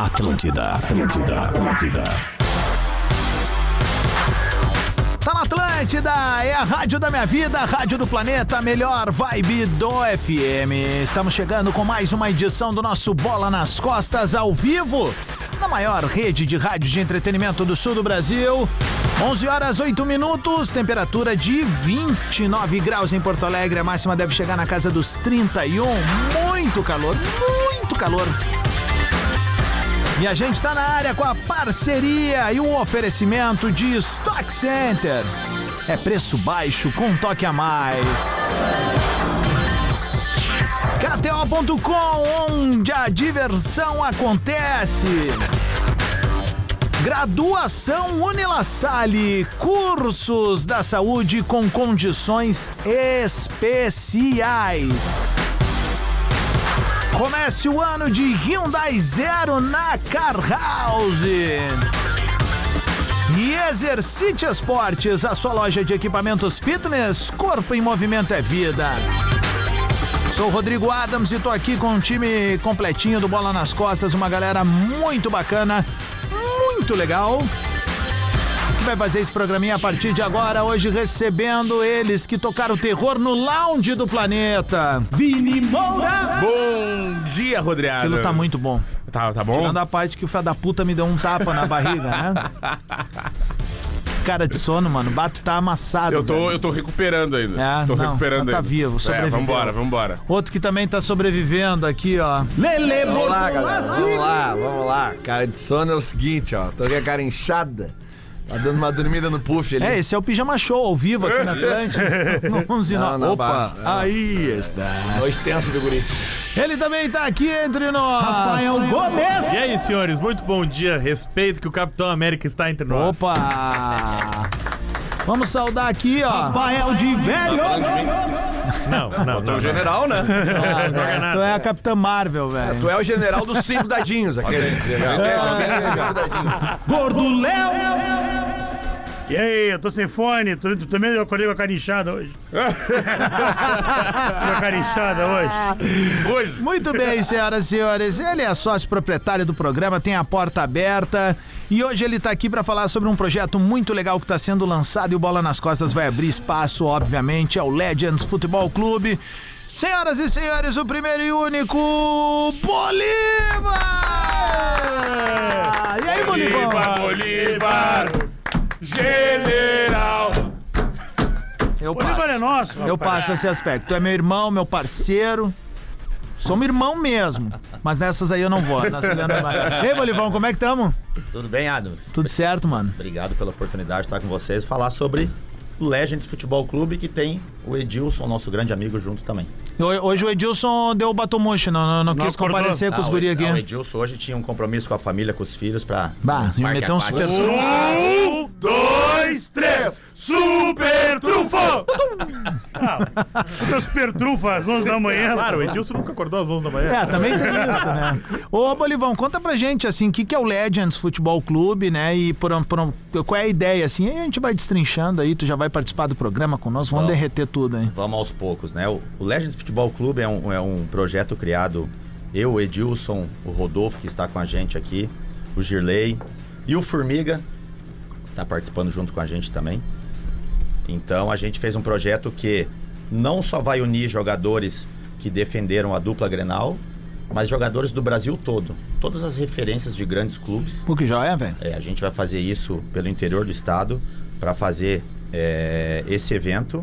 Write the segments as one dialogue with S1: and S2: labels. S1: Atlântida, Atlântida, Atlântida.
S2: Tá na Atlântida, é a rádio da minha vida, a rádio do planeta, a melhor vibe do FM. Estamos chegando com mais uma edição do nosso Bola nas Costas ao vivo, na maior rede de rádios de entretenimento do sul do Brasil. 11 horas 8 minutos, temperatura de 29 graus em Porto Alegre, a máxima deve chegar na casa dos 31. Muito calor, muito calor. E a gente está na área com a parceria e o oferecimento de Stock Center. É preço baixo com um toque a mais. KTO.com, onde a diversão acontece. Graduação Unilassale, cursos da saúde com condições especiais. Comece o ano de Hyundai Zero na Car House. E Exercite Esportes, a sua loja de equipamentos fitness, corpo em movimento é vida. Sou Rodrigo Adams e tô aqui com um time completinho do Bola nas Costas, uma galera muito bacana, muito legal. Que vai fazer esse programinha a partir de agora, hoje recebendo eles que tocaram terror no lounge do planeta. Vini Moura!
S3: Bom dia, Rodrigo.
S2: Aquilo tá muito bom.
S3: Tá, tá bom?
S2: Tirando a parte que o filho da puta me deu um tapa na barriga, né? Cara de sono, mano. O Bato tá amassado.
S3: Eu tô,
S2: velho.
S3: eu tô recuperando ainda.
S2: É,
S3: tô
S2: não,
S3: recuperando
S2: tá
S3: ainda.
S2: vivo,
S3: É,
S2: sobreviveu.
S3: vambora, vambora.
S2: Outro que também tá sobrevivendo aqui, ó. Lele
S4: Vamos lá, galera. Vamos lá, vamos lá. Cara de sono é o seguinte, ó. Tô com a cara inchada. Tá dando uma dormida no puff ali.
S2: É, esse é o Pijama Show ao vivo aqui na Atlântida. No 11
S4: Não,
S2: no-
S4: não,
S2: Opa,
S4: não.
S2: aí está.
S4: Dois tensos do guri.
S2: Ele também tá aqui entre nós. Rafael Gomes.
S5: E aí, senhores, muito bom dia. Respeito que o Capitão América está entre nós.
S2: Opa. Vamos saudar aqui, ó. Rafael de Velho.
S5: Não, não, não.
S3: O general, né?
S2: Tu é a Capitã Marvel, velho.
S4: Tu é o general dos cinco dadinhos, aquele.
S2: Gordo Léo.
S6: E aí, eu tô sem fone, tô, tô- também eu acordei com a cara inchada hoje. Tô com a cara inchada hoje.
S3: Hoje.
S2: Muito bem, senhoras e senhores. Ele é sócio proprietário do programa, tem a porta aberta. E hoje ele está aqui para falar sobre um projeto muito legal que está sendo lançado e o Bola nas Costas vai abrir espaço, obviamente, ao Legends Futebol Clube. Senhoras e senhores, o primeiro e único Bolívar! E aí,
S3: Bolívar,
S2: Bolívar?
S3: Bolívar, general.
S2: Eu
S6: O Bolívar é
S2: passo.
S6: nosso,
S2: Eu
S6: rapaz.
S2: passo esse aspecto. Tu é meu irmão, meu parceiro. Somos irmão mesmo. Mas nessas aí eu não vou. Nessas aí eu não vou. Ei, Bolivão, como é que tamo?
S7: Tudo bem, Adams?
S2: Tudo certo, mano.
S7: Obrigado pela oportunidade de estar com vocês e falar sobre o Legends Futebol Clube, que tem o Edilson, nosso grande amigo, junto também.
S2: E ho- Hoje o Edilson deu o batomuxo, não, não, não quis
S6: acordou.
S2: comparecer com os
S7: Ah, o-
S2: guri
S7: ah, O
S2: aqui.
S7: Edilson hoje tinha um compromisso com a família, com os filhos, pra.
S2: Bah, me
S7: Parque
S2: meteu um
S7: aquático.
S2: super trunfo.
S3: Um, dois, três, super trunfo.
S6: Meus pertrufa às 11 da manhã.
S5: Claro, o Edilson nunca acordou às 11 da manhã.
S2: É, também tem isso, né? Ô, Bolivão, conta pra gente, assim, o que, que é o Legends Futebol Clube, né? E por, um- por um- qual é a ideia, assim? Aí a gente vai destrinchando aí, tu já vai participar do programa conosco, vamos
S7: Vamos.
S2: derreter tudo, hein?
S7: Vamos aos poucos, né? O, o Legends Futebol Clube é um, é um projeto criado. Eu, o Edilson, o Rodolfo, que está com a gente aqui, o Girley e o Formiga, está participando junto com a gente também. Então a gente fez um projeto que não só vai unir jogadores que defenderam a dupla Grenal, mas jogadores do Brasil todo. Todas as referências de grandes clubes
S2: O que já é, velho?
S7: é, a gente vai fazer isso pelo interior do estado para fazer é, esse evento.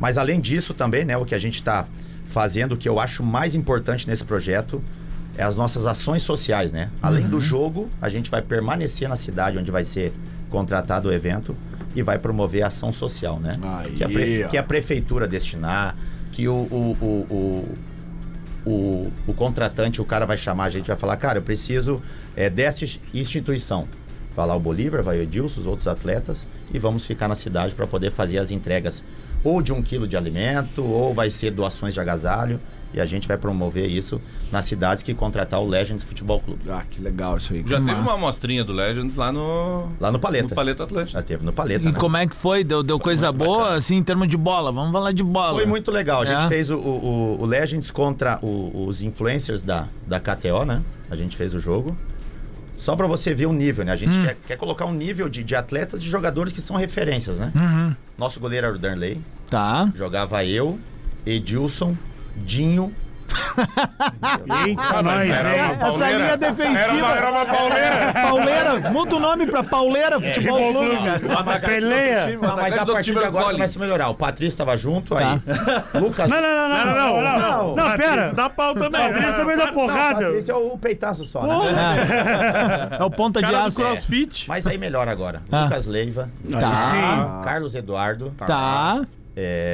S7: Mas além disso também, né, o que a gente está fazendo, o que eu acho mais importante nesse projeto é as nossas ações sociais, né? Além
S4: Uhum.
S7: do jogo, a gente vai permanecer na cidade onde vai ser contratado o evento e vai promover a ação social, né?
S4: Aí,
S7: que, a prefe-
S4: ó.
S7: que a prefeitura destinar, que o- o- o- o, o, o contratante, o cara vai chamar a gente, vai falar, cara, eu preciso é, dessa ins- instituição. Vai lá o Bolívar, vai o Edilson, os outros atletas e vamos ficar na cidade para poder fazer as entregas ou de um quilo de alimento, ou vai ser doações de agasalho. E a gente vai promover isso nas cidades que contratar o Legends Futebol Clube.
S4: Ah, que legal isso aí.
S3: Já teve uma amostrinha do Legends lá no.
S7: Lá no Paleta.
S3: No Paleta Atlântico.
S7: Já teve no Paleta,
S2: E
S7: né?
S2: como é que foi? Deu, deu coisa boa, assim, em termos de bola? Vamos falar de bola.
S7: Foi muito legal. A gente
S2: É.
S7: fez o, o, o Legends contra o- os influencers da, da KTO, né? A gente fez o jogo. Só pra você ver o nível, né? A gente quer, quer colocar um nível de, de atletas e jogadores que são referências, né? Nosso goleiro era o Darley.
S2: Tá.
S7: Jogava eu, Edilson, Dinho.
S6: Eita, nós,
S3: Ah, era
S6: hein?
S3: uma
S2: Ah, Essa
S3: pauleira.
S2: linha
S3: Era uma,
S2: defensiva.
S3: era uma pauleira.
S2: Pauleira, muda o nome pra Pauleira Futebol Clube, cara.
S6: Peleia.
S7: Ah, mas a partir de agora vai se melhorar. O Patrício estava junto, aí. Lucas.
S6: Não, não, não, não, não, não, não, não, pera.
S5: Dá pau também. né?
S6: O Cris também dá
S7: Não, o
S6: porrada.
S7: Patrício é o peitaço só, né?
S2: É. É o ponta de
S5: Cara do
S2: aço.
S5: crossfit.
S7: Mas aí melhora agora.
S2: Ah.
S7: Lucas Leiva,
S2: Tá.
S7: Ah. Carlos Eduardo.
S2: Tá.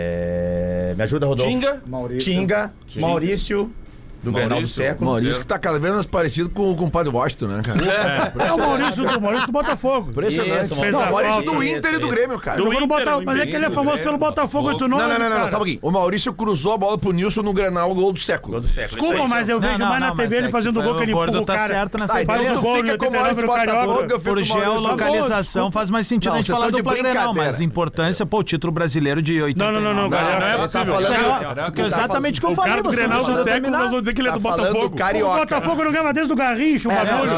S7: É, Me ajuda, Rodolfo.
S3: Tinga.
S8: Maurício.
S7: Tinga, Maurício, do Grenal do
S3: Maurício.
S7: Século.
S4: Maurício que tá cada vez mais parecido com, com o Padre Washington, né, cara?
S6: É o Maurício do Maurício do Botafogo.
S7: Isso, Maurício.
S4: Não, o Maurício do
S7: Isso,
S4: Inter e do
S7: isso.
S4: Grêmio, cara.
S6: Jogou no
S5: Inter,
S6: Botafogo, mas é que ele é
S5: Inter,
S6: famoso
S5: é,
S6: pelo Botafogo,
S5: Botafogo.
S6: outro
S4: Não,
S6: nome.
S4: não, não, não, não,
S6: cara.
S4: só um pouquinho. O Maurício cruzou a bola pro Nilson no Grenal, gol do século.
S7: Gol do século.
S6: Desculpa, mas eu vejo
S2: Não, não,
S6: mais na
S2: não,
S6: TV
S2: mas
S6: ele
S2: é
S6: fazendo
S2: que
S6: gol
S2: foi-
S6: que ele
S2: o gordo
S6: empurra o
S2: tá
S6: cara.
S2: certo nessa
S4: Tá,
S2: aí.
S4: então
S6: Faz
S4: ele
S6: um
S4: não
S6: gol
S4: fica
S6: no
S4: com o Maurício
S6: 89 pro
S4: Botafogo,
S6: Carioca.
S4: eu
S2: Por
S4: fico com o Maurício tá
S2: geolocalização faz mais sentido
S4: Não,
S2: a gente
S4: vocês
S2: falar
S4: estão
S2: do
S4: de
S2: Grenal,
S4: brincadeira.
S2: mas importância, pô, o título brasileiro de 80.
S6: Não, não, não, não,
S4: Não,
S6: galera.
S4: é
S3: possível.
S2: Que é exatamente o que eu
S5: O
S2: falei,
S5: cara do
S2: vocês não
S5: Grenal do
S2: deixaram eu
S5: século,
S2: terminar.
S5: nós vamos dizer que ele é
S4: Tá
S5: do
S4: falando
S5: Botafogo.
S4: do
S6: O
S4: Carioca.
S6: Botafogo não ganhava desde o Garrincha, o bagulho.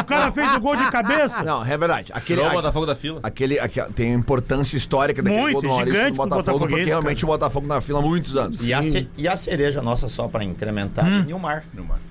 S6: O cara fez o gol de cabeça.
S4: Não, é verdade. Aquele,
S3: Tirou o
S4: a-
S3: Botafogo da fila.
S4: aquele, aquele tem importância histórica daquele
S6: Muito,
S4: gol do Maurício do
S6: gigante pro
S4: Botafogo, porque
S6: botafoguense,
S4: realmente o Botafogo tá na fila há muitos anos.
S7: E a, ce- e a cereja nossa só pra incrementar, Nilmar.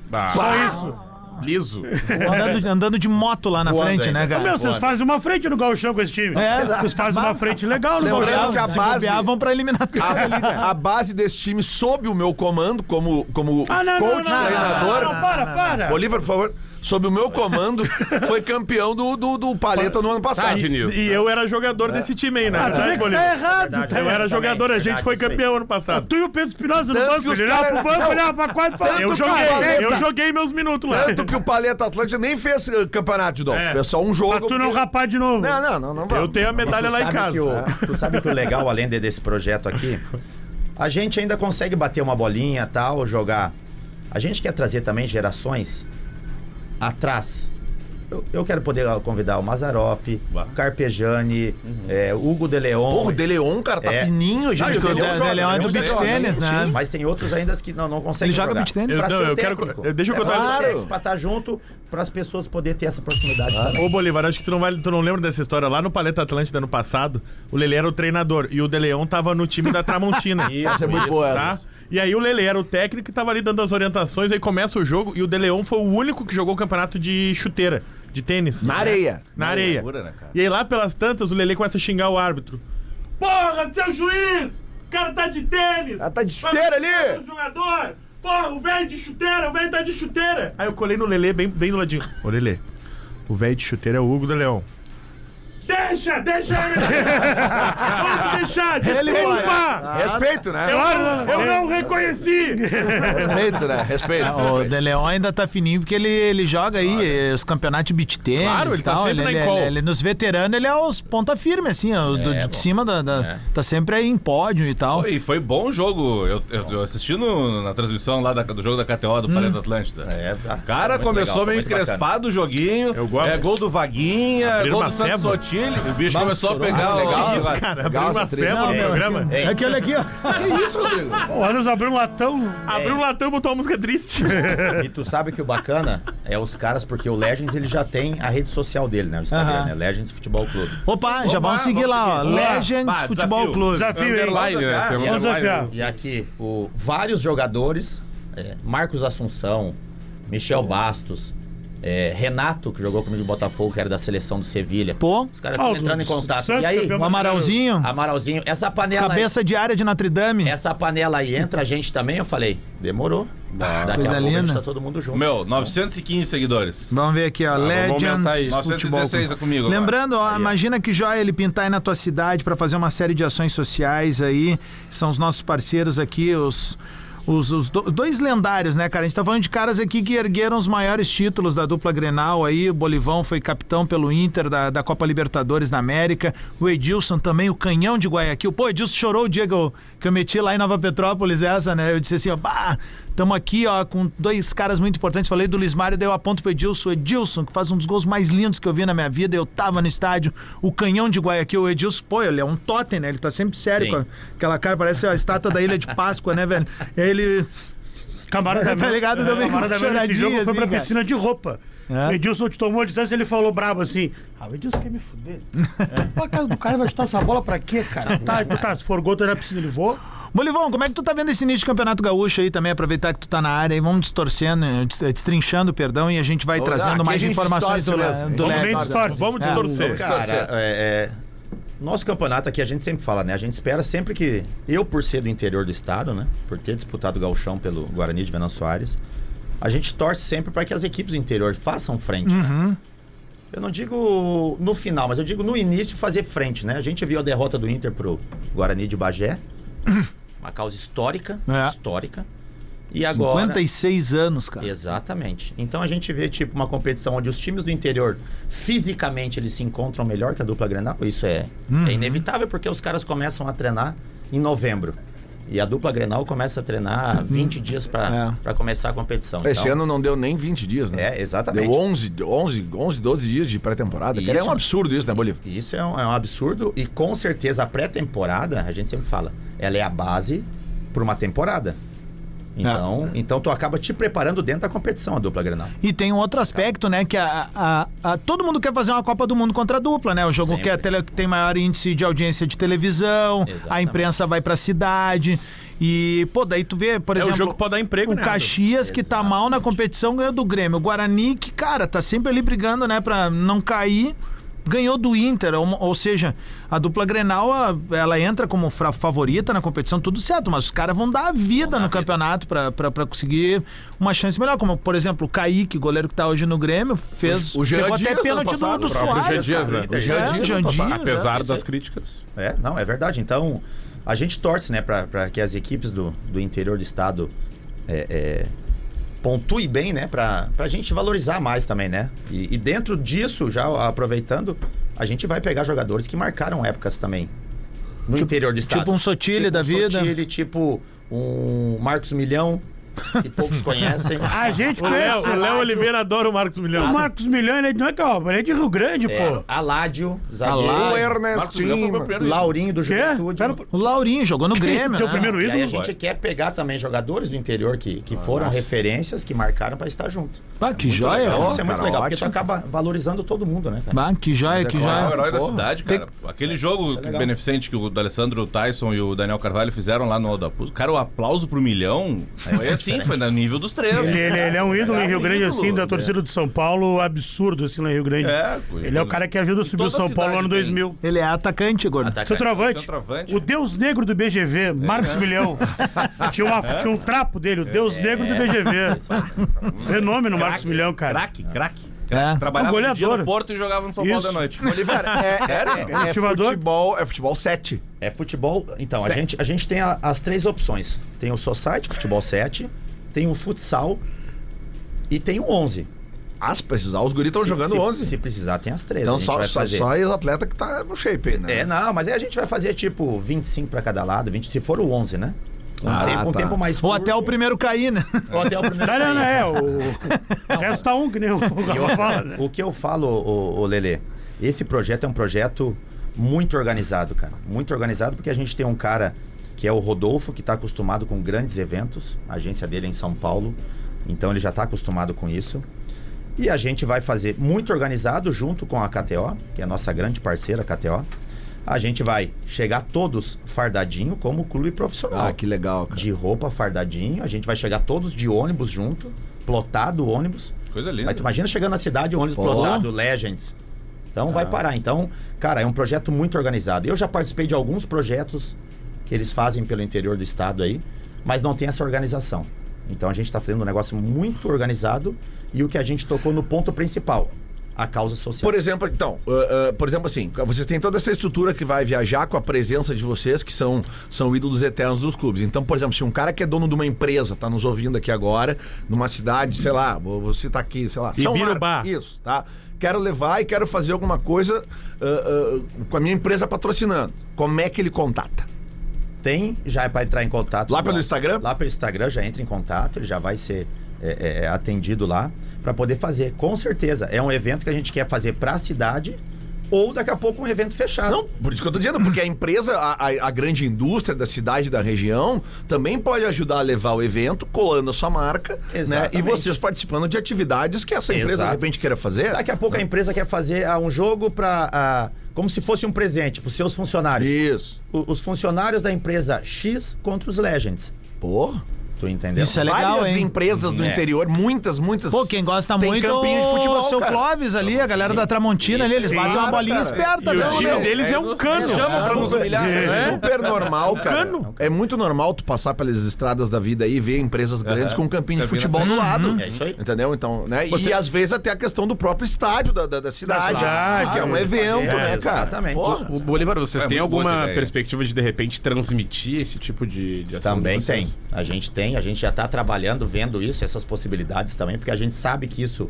S3: Bah,
S6: Só isso.
S3: liso.
S2: Andando, andando de moto lá na
S7: Voando
S2: frente,
S7: ainda.
S2: né, cara?
S6: Meu, vocês fazem uma frente no Gauchão com esse time.
S2: É.
S6: Vocês fazem uma frente legal no
S4: Lembrando
S6: Gauchão.
S4: que a
S2: Se
S4: base-
S2: bobear, vão pra eliminatória.
S4: A, a base desse time, sob o meu comando, como, como
S6: Ah, não, não,
S4: coach,
S6: não, não,
S4: treinador.
S6: Não, não, para, para.
S4: Bolívar, por favor. Sob o meu comando, foi campeão do, do, do Paleta no ano
S3: Tá,
S4: passado.
S5: E eu era jogador desse time aí, né?
S6: Ah, tu vê
S5: Verdade,
S6: que
S5: Bolívar?
S6: tá errado. tá
S5: Eu era
S6: errado.
S5: jogador, a gente
S7: verdade,
S5: foi
S7: isso aí.
S5: campeão ano passado.
S6: Tu e o Pedro Espinosa no
S4: Tanto que
S6: banco.
S4: os
S6: Ele olhava
S4: caras-
S6: pro banco,
S4: Não.
S6: olhava pra quadra e falava.
S4: Tanto
S6: Eu
S4: que o
S6: joguei,
S4: Paleta-
S6: eu joguei meus minutos lá.
S4: Tanto que o Paleta Atlântico nem fez eh, campeonato de dom.
S5: É.
S4: Fez só um jogo.
S6: Pra tu não
S4: porque-
S6: rapar de novo.
S4: Não, não, não, não vai.
S5: Eu tenho a medalha lá em
S7: Sabe que
S5: casa.
S7: o- tu sabe que o legal, além de- desse projeto aqui, a gente ainda consegue bater uma bolinha tal, jogar. A gente quer trazer também gerações atrás. Eu, eu quero poder convidar o Mazarope, o Carpejani, é, Hugo De Leon.
S4: Porra, o Deleon, cara, tá
S7: É.
S4: fininho,
S7: Não,
S4: gente.
S7: e
S4: que
S7: o De
S4: eu-
S7: Leon
S2: De
S7: joga,
S2: Leon é
S7: o
S2: do
S7: De
S2: beach
S7: Leon joga,
S2: tennis, né?
S7: Mas tem outros ainda que não, não conseguem
S2: Ele joga
S7: jogar.
S2: beach tennis?
S7: Pra
S5: Eu- não,
S7: ser
S5: eu quero-
S7: técnico.
S5: eu- deixa eu
S7: É
S5: contar
S7: pra
S5: uma
S7: ser
S5: história.
S7: técnico, Pra estar junto, para as pessoas poderem ter essa proximidade
S2: Ah,
S7: também.
S5: Ô, Bolívar, acho que tu não, vai, tu não lembra dessa história. Lá no Paleta Atlântida, ano passado, o Lele era o treinador e o De Leon tava no time da Tramontina.
S4: Isso é muito boa.
S5: tá? E aí o Lele era o técnico e tava ali dando as orientações, aí começa o jogo e o De Leon foi o único que jogou o campeonato de chuteira, de tênis. É.
S4: Na areia.
S5: Na areia.
S3: loucura, né, cara?
S5: E aí lá pelas tantas, o Lele começa a xingar o árbitro. Porra, seu juiz! O cara tá de tênis!
S4: Ela tá de chuteira ali.
S5: jogador! Porra, o velho de chuteira, o velho tá de chuteira! Aí eu colei no Lelê bem, bem do ladinho. Ô Lelê, o velho de chuteira é o Hugo de Leão. Deixa, deixa ele! Pode deixar, desculpa!
S6: Ah,
S4: Respeito, né?
S5: Eu não reconheci!
S4: Respeito, né? Respeito.
S2: Ah, O De Leon ainda tá fininho porque ele, ele joga aí eh, os campeonatos de beat tênis
S5: Claro,
S2: e
S5: ele tá
S2: tal. ele,
S5: sempre na
S2: ele-
S5: Incol.
S2: ele- ele- nos veteranos ele é os ponta firme, assim, ó, do- de cima da, da- tá sempre aí em pódio e tal.
S3: E foi bom o jogo. Eu, eu, eu assisti no- na transmissão lá da- do jogo da KTO do Paleta Atlântida.
S7: É, tá.
S3: O cara
S7: Muito
S3: começou
S7: legal, foi
S3: meio
S7: muito bacana.
S3: encrespado o joguinho.
S5: Eu gosto.
S3: É gol do Vaguinha,
S5: Abriram
S3: gol
S5: uma
S3: do Santos
S5: ceva.
S3: Sotile. O bicho começou a pegar o...
S4: legal.
S5: Isso, cara, abriu
S4: Legal
S5: uma
S4: essa trilha.
S5: festa no
S2: Não,
S5: programa.
S2: É que olha aqui, ó.
S4: Que isso, Rodrigo?
S6: O Anos abriu um latão.
S5: Abriu um latão e botou uma música triste.
S7: E tu sabe que o bacana é os caras, porque o Legends ele já tem a rede social dele, né? O Instagram,
S2: Aham.
S7: né? Legends Futebol Clube.
S2: Opa, já vamos seguir lá, ó. Legends
S3: Bah,
S2: Futebol
S3: desafio.
S2: Clube.
S6: Desafio, hein?
S3: Underline, né? Tem um
S6: Vamos
S3: underline.
S6: desafiar.
S7: E aqui, o, vários jogadores, é, Marcos Assunção, Michel Bastos, é, Renato, que jogou comigo no Botafogo, que era da seleção do Sevilha.
S2: Pô,
S7: Os caras estão
S6: Ah, o
S7: entrando em
S6: do
S7: contato.
S6: Santos
S7: E aí,
S6: campeão
S2: o Amaralzinho,
S7: Amaralzinho, essa panela
S2: cabeça de área de Notre Dame.
S7: aí, essa panela aí entra a gente também, eu falei, demorou. Daqui
S2: Coisa
S7: a pouco a
S2: linda.
S7: gente tá todo mundo junto.
S3: Meu, 915 seguidores.
S2: Vamos ver aqui, ó.
S3: Ah, vamos aumentar
S2: Legends.
S3: aí.
S2: Futebol
S3: 916
S2: Clube.
S3: é comigo agora.
S2: Lembrando, ó, imagina que joia ele pintar aí na tua cidade pra fazer uma série de ações sociais aí. São os nossos parceiros aqui, os. os, os do- dois lendários, né, cara? A gente tá falando de caras aqui que ergueram os maiores títulos da dupla Grenal aí. O Bolivão foi capitão pelo Inter da, da Copa Libertadores na América. O Edilson também, o canhão de Guayaquil. Pô, o Edilson chorou o dia que eu, que eu meti lá em Nova Petrópolis essa, né? Eu disse assim, ó, bah, tamo aqui, ó, com dois caras muito importantes. Falei do Luiz Mário, daí eu aponto pro Edilson. O Edilson, que faz um dos gols mais lindos que eu vi na minha vida. Eu tava no estádio, o canhão de Guayaquil. O Edilson, pô, ele é um totem, né? Ele tá sempre sério
S7: Sim.
S2: com a- aquela cara, parece a estátua da Ilha de Páscoa, né, velho? E aí ele... Tá
S6: Camarada meu-
S2: ligado? Deu meio
S6: Camarada meu nesse
S2: choradinha,
S6: jogo foi
S2: assim,
S6: pra
S2: cara.
S6: piscina de roupa.
S2: É.
S6: O Edilson te tomou a distância e ele falou brabo assim: Ah, o Edilson quer me fuder. Pô, a casa do cara vai chutar essa bola pra quê, cara? tá, então tá, se for gol, tu vai na piscina, ele voa.
S2: Bolivão, como é que tu tá vendo esse início de Campeonato Gaúcho aí também? Aproveitar que tu tá na área aí, vamos destorcendo, eh, dest- eh, destrinchando, perdão, e a gente vai trazendo
S4: aqui a
S2: mais
S4: gente
S2: informações do,
S4: distorce
S2: Le-
S4: mesmo.
S2: do
S6: Vamos
S2: Leco.
S6: ver, distorce.
S5: Vamos
S2: É,
S5: distorcer.
S7: Então, Cara, é, é, nosso campeonato aqui a gente sempre fala, né? A gente espera sempre que. Eu, por ser do interior do estado, né? Por ter disputado o Gauchão pelo Guarani de Venâncio Soares, a gente torce sempre para que as equipes do interior façam frente. né?
S2: Uhum.
S7: Eu não digo no final, mas eu digo no início fazer frente, né? A gente viu a derrota do Inter pro Guarani de Bagé. Uma causa histórica.
S2: Uhum. É.
S7: Histórica. E agora.
S2: 56 anos,
S4: Tá.
S2: cara.
S7: Exatamente. Então a gente vê, tipo, uma competição onde os times do interior, fisicamente, eles se encontram melhor que a dupla Grenal. Isso é,
S4: Uhum.
S7: é inevitável, porque os caras começam a treinar em novembro. E a dupla Grenal começa a treinar 20 dias para começar a competição.
S4: Uhum. É. Esse
S7: Então,
S4: ano não deu nem 20 dias, né?
S7: É, exatamente.
S4: Deu 11, 11, 11 12 dias de pré-temporada. cara. É
S7: Isso.
S4: um absurdo isso, né, Bolívia?
S7: E Isso é um, é um absurdo e com certeza a pré-temporada, a gente sempre fala, ela é a base para uma temporada.
S4: É.
S7: Então, então tu acaba te preparando dentro da competição, a dupla Grenal.
S2: E tem um
S5: Tá.
S2: outro aspecto, né? Que a, a- a- todo mundo quer fazer uma Copa do Mundo contra a dupla, né? O jogo
S7: Sempre.
S2: que é tele- que tem maior índice de audiência de televisão, a
S7: Exatamente.
S2: imprensa vai pra cidade. E, pô, daí tu vê, por
S5: É
S2: exemplo.
S5: o jogo que pode dar emprego,
S2: O
S5: né?
S2: Caxias, que tá mal na competição, ganhou do Grêmio. O Guarani, que, cara, tá sempre ali brigando, né, pra não cair, ganhou do Inter. Ou, ou seja, a dupla Grenal, a- ela entra como fra- favorita na competição, tudo certo, mas os caras vão dar a vida no campeonato pra, pra, pra conseguir uma chance melhor. Como, por exemplo, o Kaique, goleiro que tá hoje no Grêmio, fez.
S4: O- o Jean
S2: pegou
S4: Dias
S2: até
S4: ano
S2: pênalti do,
S4: passado,
S2: do
S4: o
S3: próprio Jean
S2: Soares.
S3: Dias,
S2: cara.
S3: né? O
S2: É,
S7: Jean Dias
S2: Jean
S7: ano passado,
S2: Dias, é.
S3: Apesar das críticas.
S7: É, não, é verdade. Então, a gente torce, né, para que as equipes do, do interior do estado é, é, pontuem bem, né, para a gente valorizar mais também, né? E, e dentro disso, já aproveitando, a gente vai pegar jogadores que marcaram épocas também no interior do estado.
S2: tipo um Sotile da vida.
S7: Sotile, tipo um Marcos Milhão, que poucos conhecem.
S6: A gente
S5: O Léo,
S6: conhece.
S5: o Léo Oliveira adora o Marcos Milhão.
S6: O Marcos Milhão, ele não é calma, ele é de Rio Grande,
S7: É,
S6: pô.
S7: Aládio,
S4: O
S7: zagueiro,
S3: Marcos Miguel foi o meu
S4: Ernestino.
S3: primeiro.
S7: Laurinho do
S6: Quê?
S7: Juventude.
S6: Pera-
S2: O Laurinho jogou no Grêmio.
S6: Teu
S2: né?
S6: primeiro
S7: E aí a
S6: ídolo?
S7: gente quer pegar também jogadores do interior que,
S4: Ah,
S7: que foram referências, que marcaram pra estar junto.
S2: Bah, que joia,
S7: Então,
S2: ó,
S7: isso é muito
S4: cara,
S7: legal, porque tu
S4: ótimo.
S7: acaba valorizando todo mundo, né, cara?
S2: Bah, que joia, que
S3: É o
S2: joia.
S3: herói da
S7: porra.
S3: cidade, cara. Aquele jogo
S7: legal.
S3: beneficente que o D'Alessandro Tyson e o Daniel Carvalho fizeram lá no Aldapuz. Cara, o aplauso pro milhão foi assim, foi no nível dos três.
S6: Ele, ele- ele é um ídolo em Rio Grande,
S3: ídolo,
S6: assim, da torcida do São Paulo, absurdo, assim, lá em Rio Grande.
S3: É,
S6: ele é o cara que ajuda a subir o
S3: toda
S6: São
S3: a
S6: Paulo no ano
S3: cidade tem.
S6: 2000.
S2: Ele é atacante, gordo.
S7: Atacante.
S5: É,
S6: Centroavante.
S3: Centroavante.
S6: O Deus Negro do BGV, Marcos Milhão. tinha, uma- tinha um trapo dele, o
S5: É.
S6: Deus Negro do BGV. Fenômeno, Marcos Milhão, cara.
S3: Craque, craque.
S2: É.
S3: Trabalhava
S6: Um
S3: no dia
S6: goleador.
S3: no Porto e jogava no São Paulo
S6: Isso. um
S3: da noite.
S4: É, é, é,
S6: Motivador.
S4: futebol, é futebol 7.
S7: É futebol. Então, a gente, a gente tem a- as três opções: tem o Society, futebol 7, tem o futsal e tem o 11.
S4: Aspas, os guris estão
S7: Se-
S4: jogando
S7: se,
S4: 11.
S7: Se precisar, tem as três. a
S4: então
S7: gente
S4: só,
S7: vai
S4: só,
S7: fazer.
S4: só os atletas que tá no shape aí, né?
S7: É, não, mas aí a gente vai fazer tipo 25 pra cada lado, 20, se for o 11, né? Um,
S4: Ah,
S7: tempo, um
S4: tá.
S7: tempo mais
S2: Ou até o primeiro cair, né?
S7: Ou até o primeiro.
S6: Não, não, não,
S7: tempo.
S6: é. O, o resta um, que nem o o Rafa fala, né?
S7: O que eu falo, ô, ô, Lelê, esse projeto é um projeto muito organizado, cara. Muito organizado porque a gente tem um cara que é o Rodolfo, que está acostumado com grandes eventos. A agência dele é em São Paulo, então ele já está acostumado com isso. E a gente vai fazer muito organizado junto com a KTO, que é a nossa grande parceira, a KTO. A gente vai chegar todos fardadinho como clube profissional
S4: Ah, que legal, cara.
S7: de roupa fardadinho. A gente vai chegar todos de ônibus junto, plotado o ônibus.
S3: Coisa linda.
S7: Mas tu imagina chegando na cidade, ônibus plotado, Legends. Então
S4: Tá.
S7: vai parar. Então, cara, é um projeto muito organizado. Eu já participei de alguns projetos que eles fazem pelo interior do estado aí, mas não tem essa organização. tá Então a gente está fazendo um negócio muito organizado e o que a gente tocou no ponto principal. a causa social.
S4: Por exemplo, então, ah, ah, por exemplo assim, vocês têm toda essa estrutura que vai viajar com a presença de vocês, que são, são ídolos eternos dos clubes. Então, por exemplo, se um cara que é dono de uma empresa, tá nos ouvindo aqui agora, numa cidade, sei lá, vou, vou citar aqui, sei lá,
S5: Ibirubá.
S4: Isso, tá? Quero levar e quero fazer alguma coisa ah, ah, com a minha empresa patrocinando. Como é que ele contata?
S7: Tem, já é para entrar em contato.
S4: Lá
S7: com
S4: pelo
S7: nós.
S4: Instagram?
S7: Lá pelo Instagram, já entra em contato, ele já vai ser é, é, é, atendido lá para poder fazer. Com certeza, é um evento que a gente quer fazer para a cidade ou daqui a pouco um evento fechado.
S4: Não, por isso que eu tô dizendo, porque a empresa, a, a- a grande indústria da cidade, da região, também pode ajudar a levar o evento, colando a sua marca, né? E
S7: Exatamente.
S4: vocês participando de atividades que essa empresa
S7: Exato.
S4: de repente queira fazer.
S7: Daqui a pouco a empresa quer fazer ah, um jogo para como se fosse um presente para os seus funcionários.
S4: Isso.
S7: O- os funcionários da empresa X contra os Legends.
S4: Pô.
S7: Tu entendeu?
S2: Isso é legal.
S4: Várias
S2: hein?
S4: empresas do
S7: É.
S4: interior, muitas, muitas.
S2: Pô, quem gosta
S4: tem
S2: muito é
S4: campinho de futebol,
S2: o seu
S4: cara.
S2: Clóvis ali, a galera da Tramontina ali, eles
S4: Sim.
S2: batem uma
S4: Claro,
S2: bolinha
S4: cara.
S2: esperta,
S5: E
S2: né?
S5: o time
S2: meu?
S5: deles é um cano.
S3: Chama pra nos humilhar. né?
S2: né?
S4: É
S5: É.
S4: super normal,
S2: um
S4: cara. É muito normal tu passar pelas estradas da vida aí e ver empresas grandes com um campinho de
S3: Campinho
S4: futebol do lado.
S7: É isso aí.
S4: Entendeu? Então, né? E às vezes até a questão do próprio estádio da, da, da cidade,
S5: cidade,
S4: que é um
S5: é,
S4: evento,
S7: é,
S4: né, cara?
S7: exatamente.
S4: Porra.
S8: O Bolívar, vocês
S3: É,
S8: têm
S3: muito boa essa
S8: alguma
S3: ideia.
S8: perspectiva de, de repente, transmitir esse tipo de, de ação?
S7: Também
S8: de
S7: tem.
S8: vocês?
S7: A gente tem, a gente já está trabalhando, vendo isso, essas possibilidades também, porque a gente sabe que isso.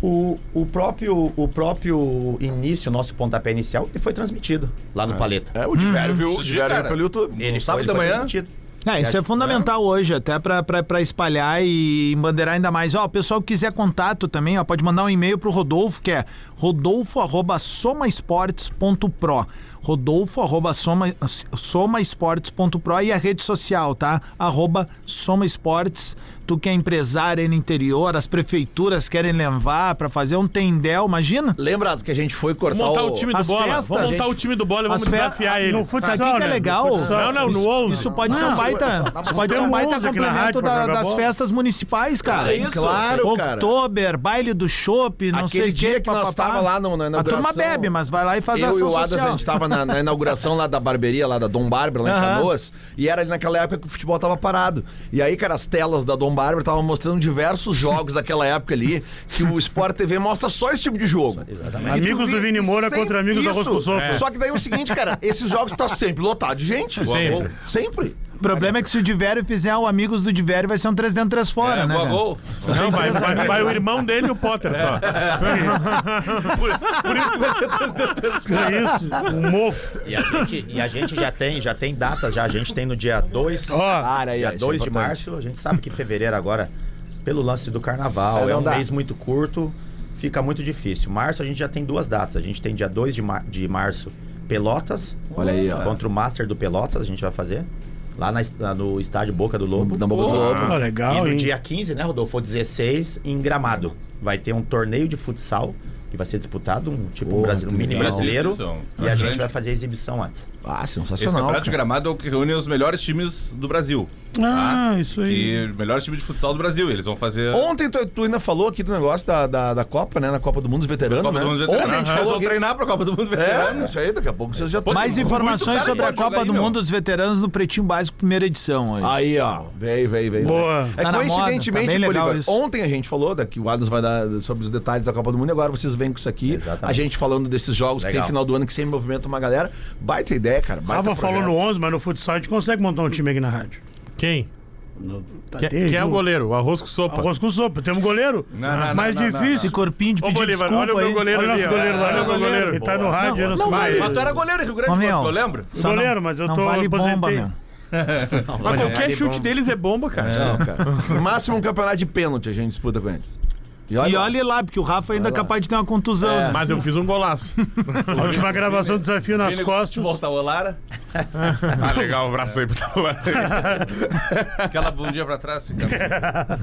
S7: O, o, próprio, o próprio início, nosso pontapé inicial, ele foi transmitido lá no Paleta.
S4: É, o Diverio viu, o Diverio viu pelo YouTube.
S7: Ele foi,
S3: sábado
S7: ele
S3: da
S7: foi
S3: manhã?
S7: transmitido.
S2: É, isso é fundamental hoje, até pra- pra pra espalhar e embandeirar ainda mais. Ó, o pessoal que quiser contato também, ó, pode mandar um e-mail pro Rodolfo, que é rodolfo.somasportes.pro rodolfo arroba soma- somaesportes.pro e a rede social, tá? Arroba somaesportes. Tu que é empresário aí no interior, as prefeituras querem levar pra fazer um tendel, imagina?
S4: Lembrado que a gente foi cortar
S5: Vamos montar o time do
S2: As
S5: bola.
S2: festas.
S5: Vamos montar o time do bola e vamos
S2: As fe-
S5: desafiar ele.
S6: no futsal,
S2: Sabe o que que é
S6: né?
S2: legal?
S6: No futsal.
S5: Não, não,
S2: isso,
S5: no 11.
S2: Isso pode ser um
S6: Não,
S2: baita, isso pode ser um
S6: tem um
S2: baita
S6: 11 aqui na
S2: complemento
S6: rádio pra
S2: da-
S6: jogar
S2: das
S6: bola.
S2: festas municipais, cara.
S4: É isso, claro, cara.
S2: Oktober, baile do chopp, não
S4: Aquele
S2: sei o
S4: dia que
S2: papapá.
S4: nós tava lá no- na
S2: A turma
S4: inauguração,
S2: bebe, mas vai lá e faz
S4: Eu e
S2: ação
S4: o Adas, a
S2: social.
S4: gente tá- tava na, na inauguração lá da barbearia, lá da Dom Bárbara, lá em
S2: Aham.
S4: Canoas, e era ali naquela época que o futebol tava parado. E aí, cara, as telas da Dom Bárbara estavam mostrando diversos jogos daquela época ali, que o Sport TV mostra só esse tipo de jogo.
S7: Exatamente.
S4: E tu
S6: Amigos
S4: vi-
S6: do Vini
S4: e
S6: Moura
S4: sempre
S6: contra amigos do Arroz com
S4: isso.
S6: Sopa.
S4: Só que daí é o seguinte, cara, esses jogos tá sempre lotado de gente.
S5: Sempre.
S4: Sempre.
S2: O problema é que se o Diverio fizer o Amigos do Diverio, vai ser um 3 dentro, 3 fora,
S3: É,
S2: né?
S3: gol a
S2: cara?
S3: gol.
S5: Não, vai, vai, vai o irmão dele e o Potter só.
S6: É isso, um mofo.
S7: E a gente, e a gente já tem, já tem datas, já a gente tem no dia 2.
S6: Ó,
S4: Para aí,
S7: Dia
S4: isso é
S7: 2 de
S4: importante.
S7: março, a gente sabe que fevereiro agora, pelo lance do carnaval,
S4: É,
S7: é,
S4: não
S7: um
S4: dá.
S7: mês muito curto, fica muito difícil. Março a gente já tem duas datas. A gente tem dia 2 de, mar- de março, Pelotas.
S4: Olha aí, ó.
S7: Contra o Master do Pelotas, a gente vai fazer. Lá na est- na- no estádio Boca do Lobo.
S4: Na boca do
S5: Ah.
S4: lobo.
S6: ó,
S7: E
S6: legal,
S7: no
S6: hein?
S7: dia 15, né, Rodolfo? Ou 16, em Gramado. Vai ter um torneio de futsal que vai ser disputado, um tipo um, brasileiro, um mini
S3: legal.
S7: brasileiro.
S3: Isso,
S7: E
S3: é
S7: a
S3: grande.
S7: gente vai fazer a exibição antes.
S4: Ah,
S3: Esse
S4: sensacional.
S3: campeonato de gramado é o que reúne os melhores times do Brasil. Tá?
S6: Ah, isso aí.
S3: E os melhores times de futsal do Brasil. Eles vão fazer.
S6: é
S4: Ontem tu, tu ainda falou aqui do negócio da, da, da Copa, né? Na Copa do Mundo dos Veteranos.
S3: Copa
S4: né?
S3: do Mundo Veterano.
S4: Ontem a gente
S3: Eles
S4: falou
S3: vão
S4: aqui.
S3: treinar pra Copa do Mundo Veterano.
S4: É, isso aí, daqui a pouco vocês já estão.
S2: Mais informações
S3: cara
S2: sobre a
S3: pode jogar
S2: Copa
S3: aí,
S2: do
S3: meu.
S2: Mundo dos Veteranos no Pretinho Básico, primeira edição hoje.
S4: Aí, ó. Veio, veio, veio.
S6: Boa.
S4: É
S2: Tá na moda,
S4: coincidentemente,
S2: tá bem legal
S4: Bolívar,
S2: isso.
S4: ontem a gente falou, daqui o Adams vai dar sobre os detalhes da Copa do Mundo, e agora vocês vêm com isso aqui.
S7: Exatamente.
S4: A gente falando desses jogos que tem
S7: Legal.
S4: final do ano que sempre movimenta uma galera. Baita ideia, cara. Baita
S6: Tava
S4: projeto.
S6: falando 11, mas no futsal a gente consegue montar um time aqui na rádio.
S5: Quem?
S6: Tá
S5: Que-
S6: desde
S5: Quem é o
S6: um-
S5: goleiro? O arroz com sopa.
S6: Arroz com sopa. Tem um goleiro?
S3: não,
S6: mais
S3: não, não,
S2: Esse
S6: difícil.
S2: corpinho de
S5: Ô,
S2: pedir
S5: Bolívar,
S2: desculpa
S5: olha o meu
S2: aí.
S5: goleiro
S6: Olha o
S5: ali.
S6: nosso
S5: ó.
S6: goleiro lá,
S5: olha o meu goleiro. Ele tá no rádio, eu não,
S2: não
S6: sei.
S2: vale.
S3: Mas tu era goleiro em Rio Grande
S2: Ô,
S3: do
S2: meu.
S3: Sul, eu lembro.
S2: Só não-
S6: Goleiro, mas eu
S2: não
S6: tô
S2: vale bomba,
S6: aposentei.
S2: meu.
S5: Mas qualquer chute deles é bomba, cara.
S4: Não, cara. No máximo um campeonato de pênalti a gente disputa com eles.
S2: E
S4: lá. É.
S2: olhe lá, porque o Rafa ainda é capaz de ter uma contusão. né?
S5: Mas eu fiz um golaço.
S6: A última gravação do desafio nas costas.
S3: Volta Olara.
S8: Ah, legal, um abraço aí pro
S3: Aquela bundinha pra trás. esse cara.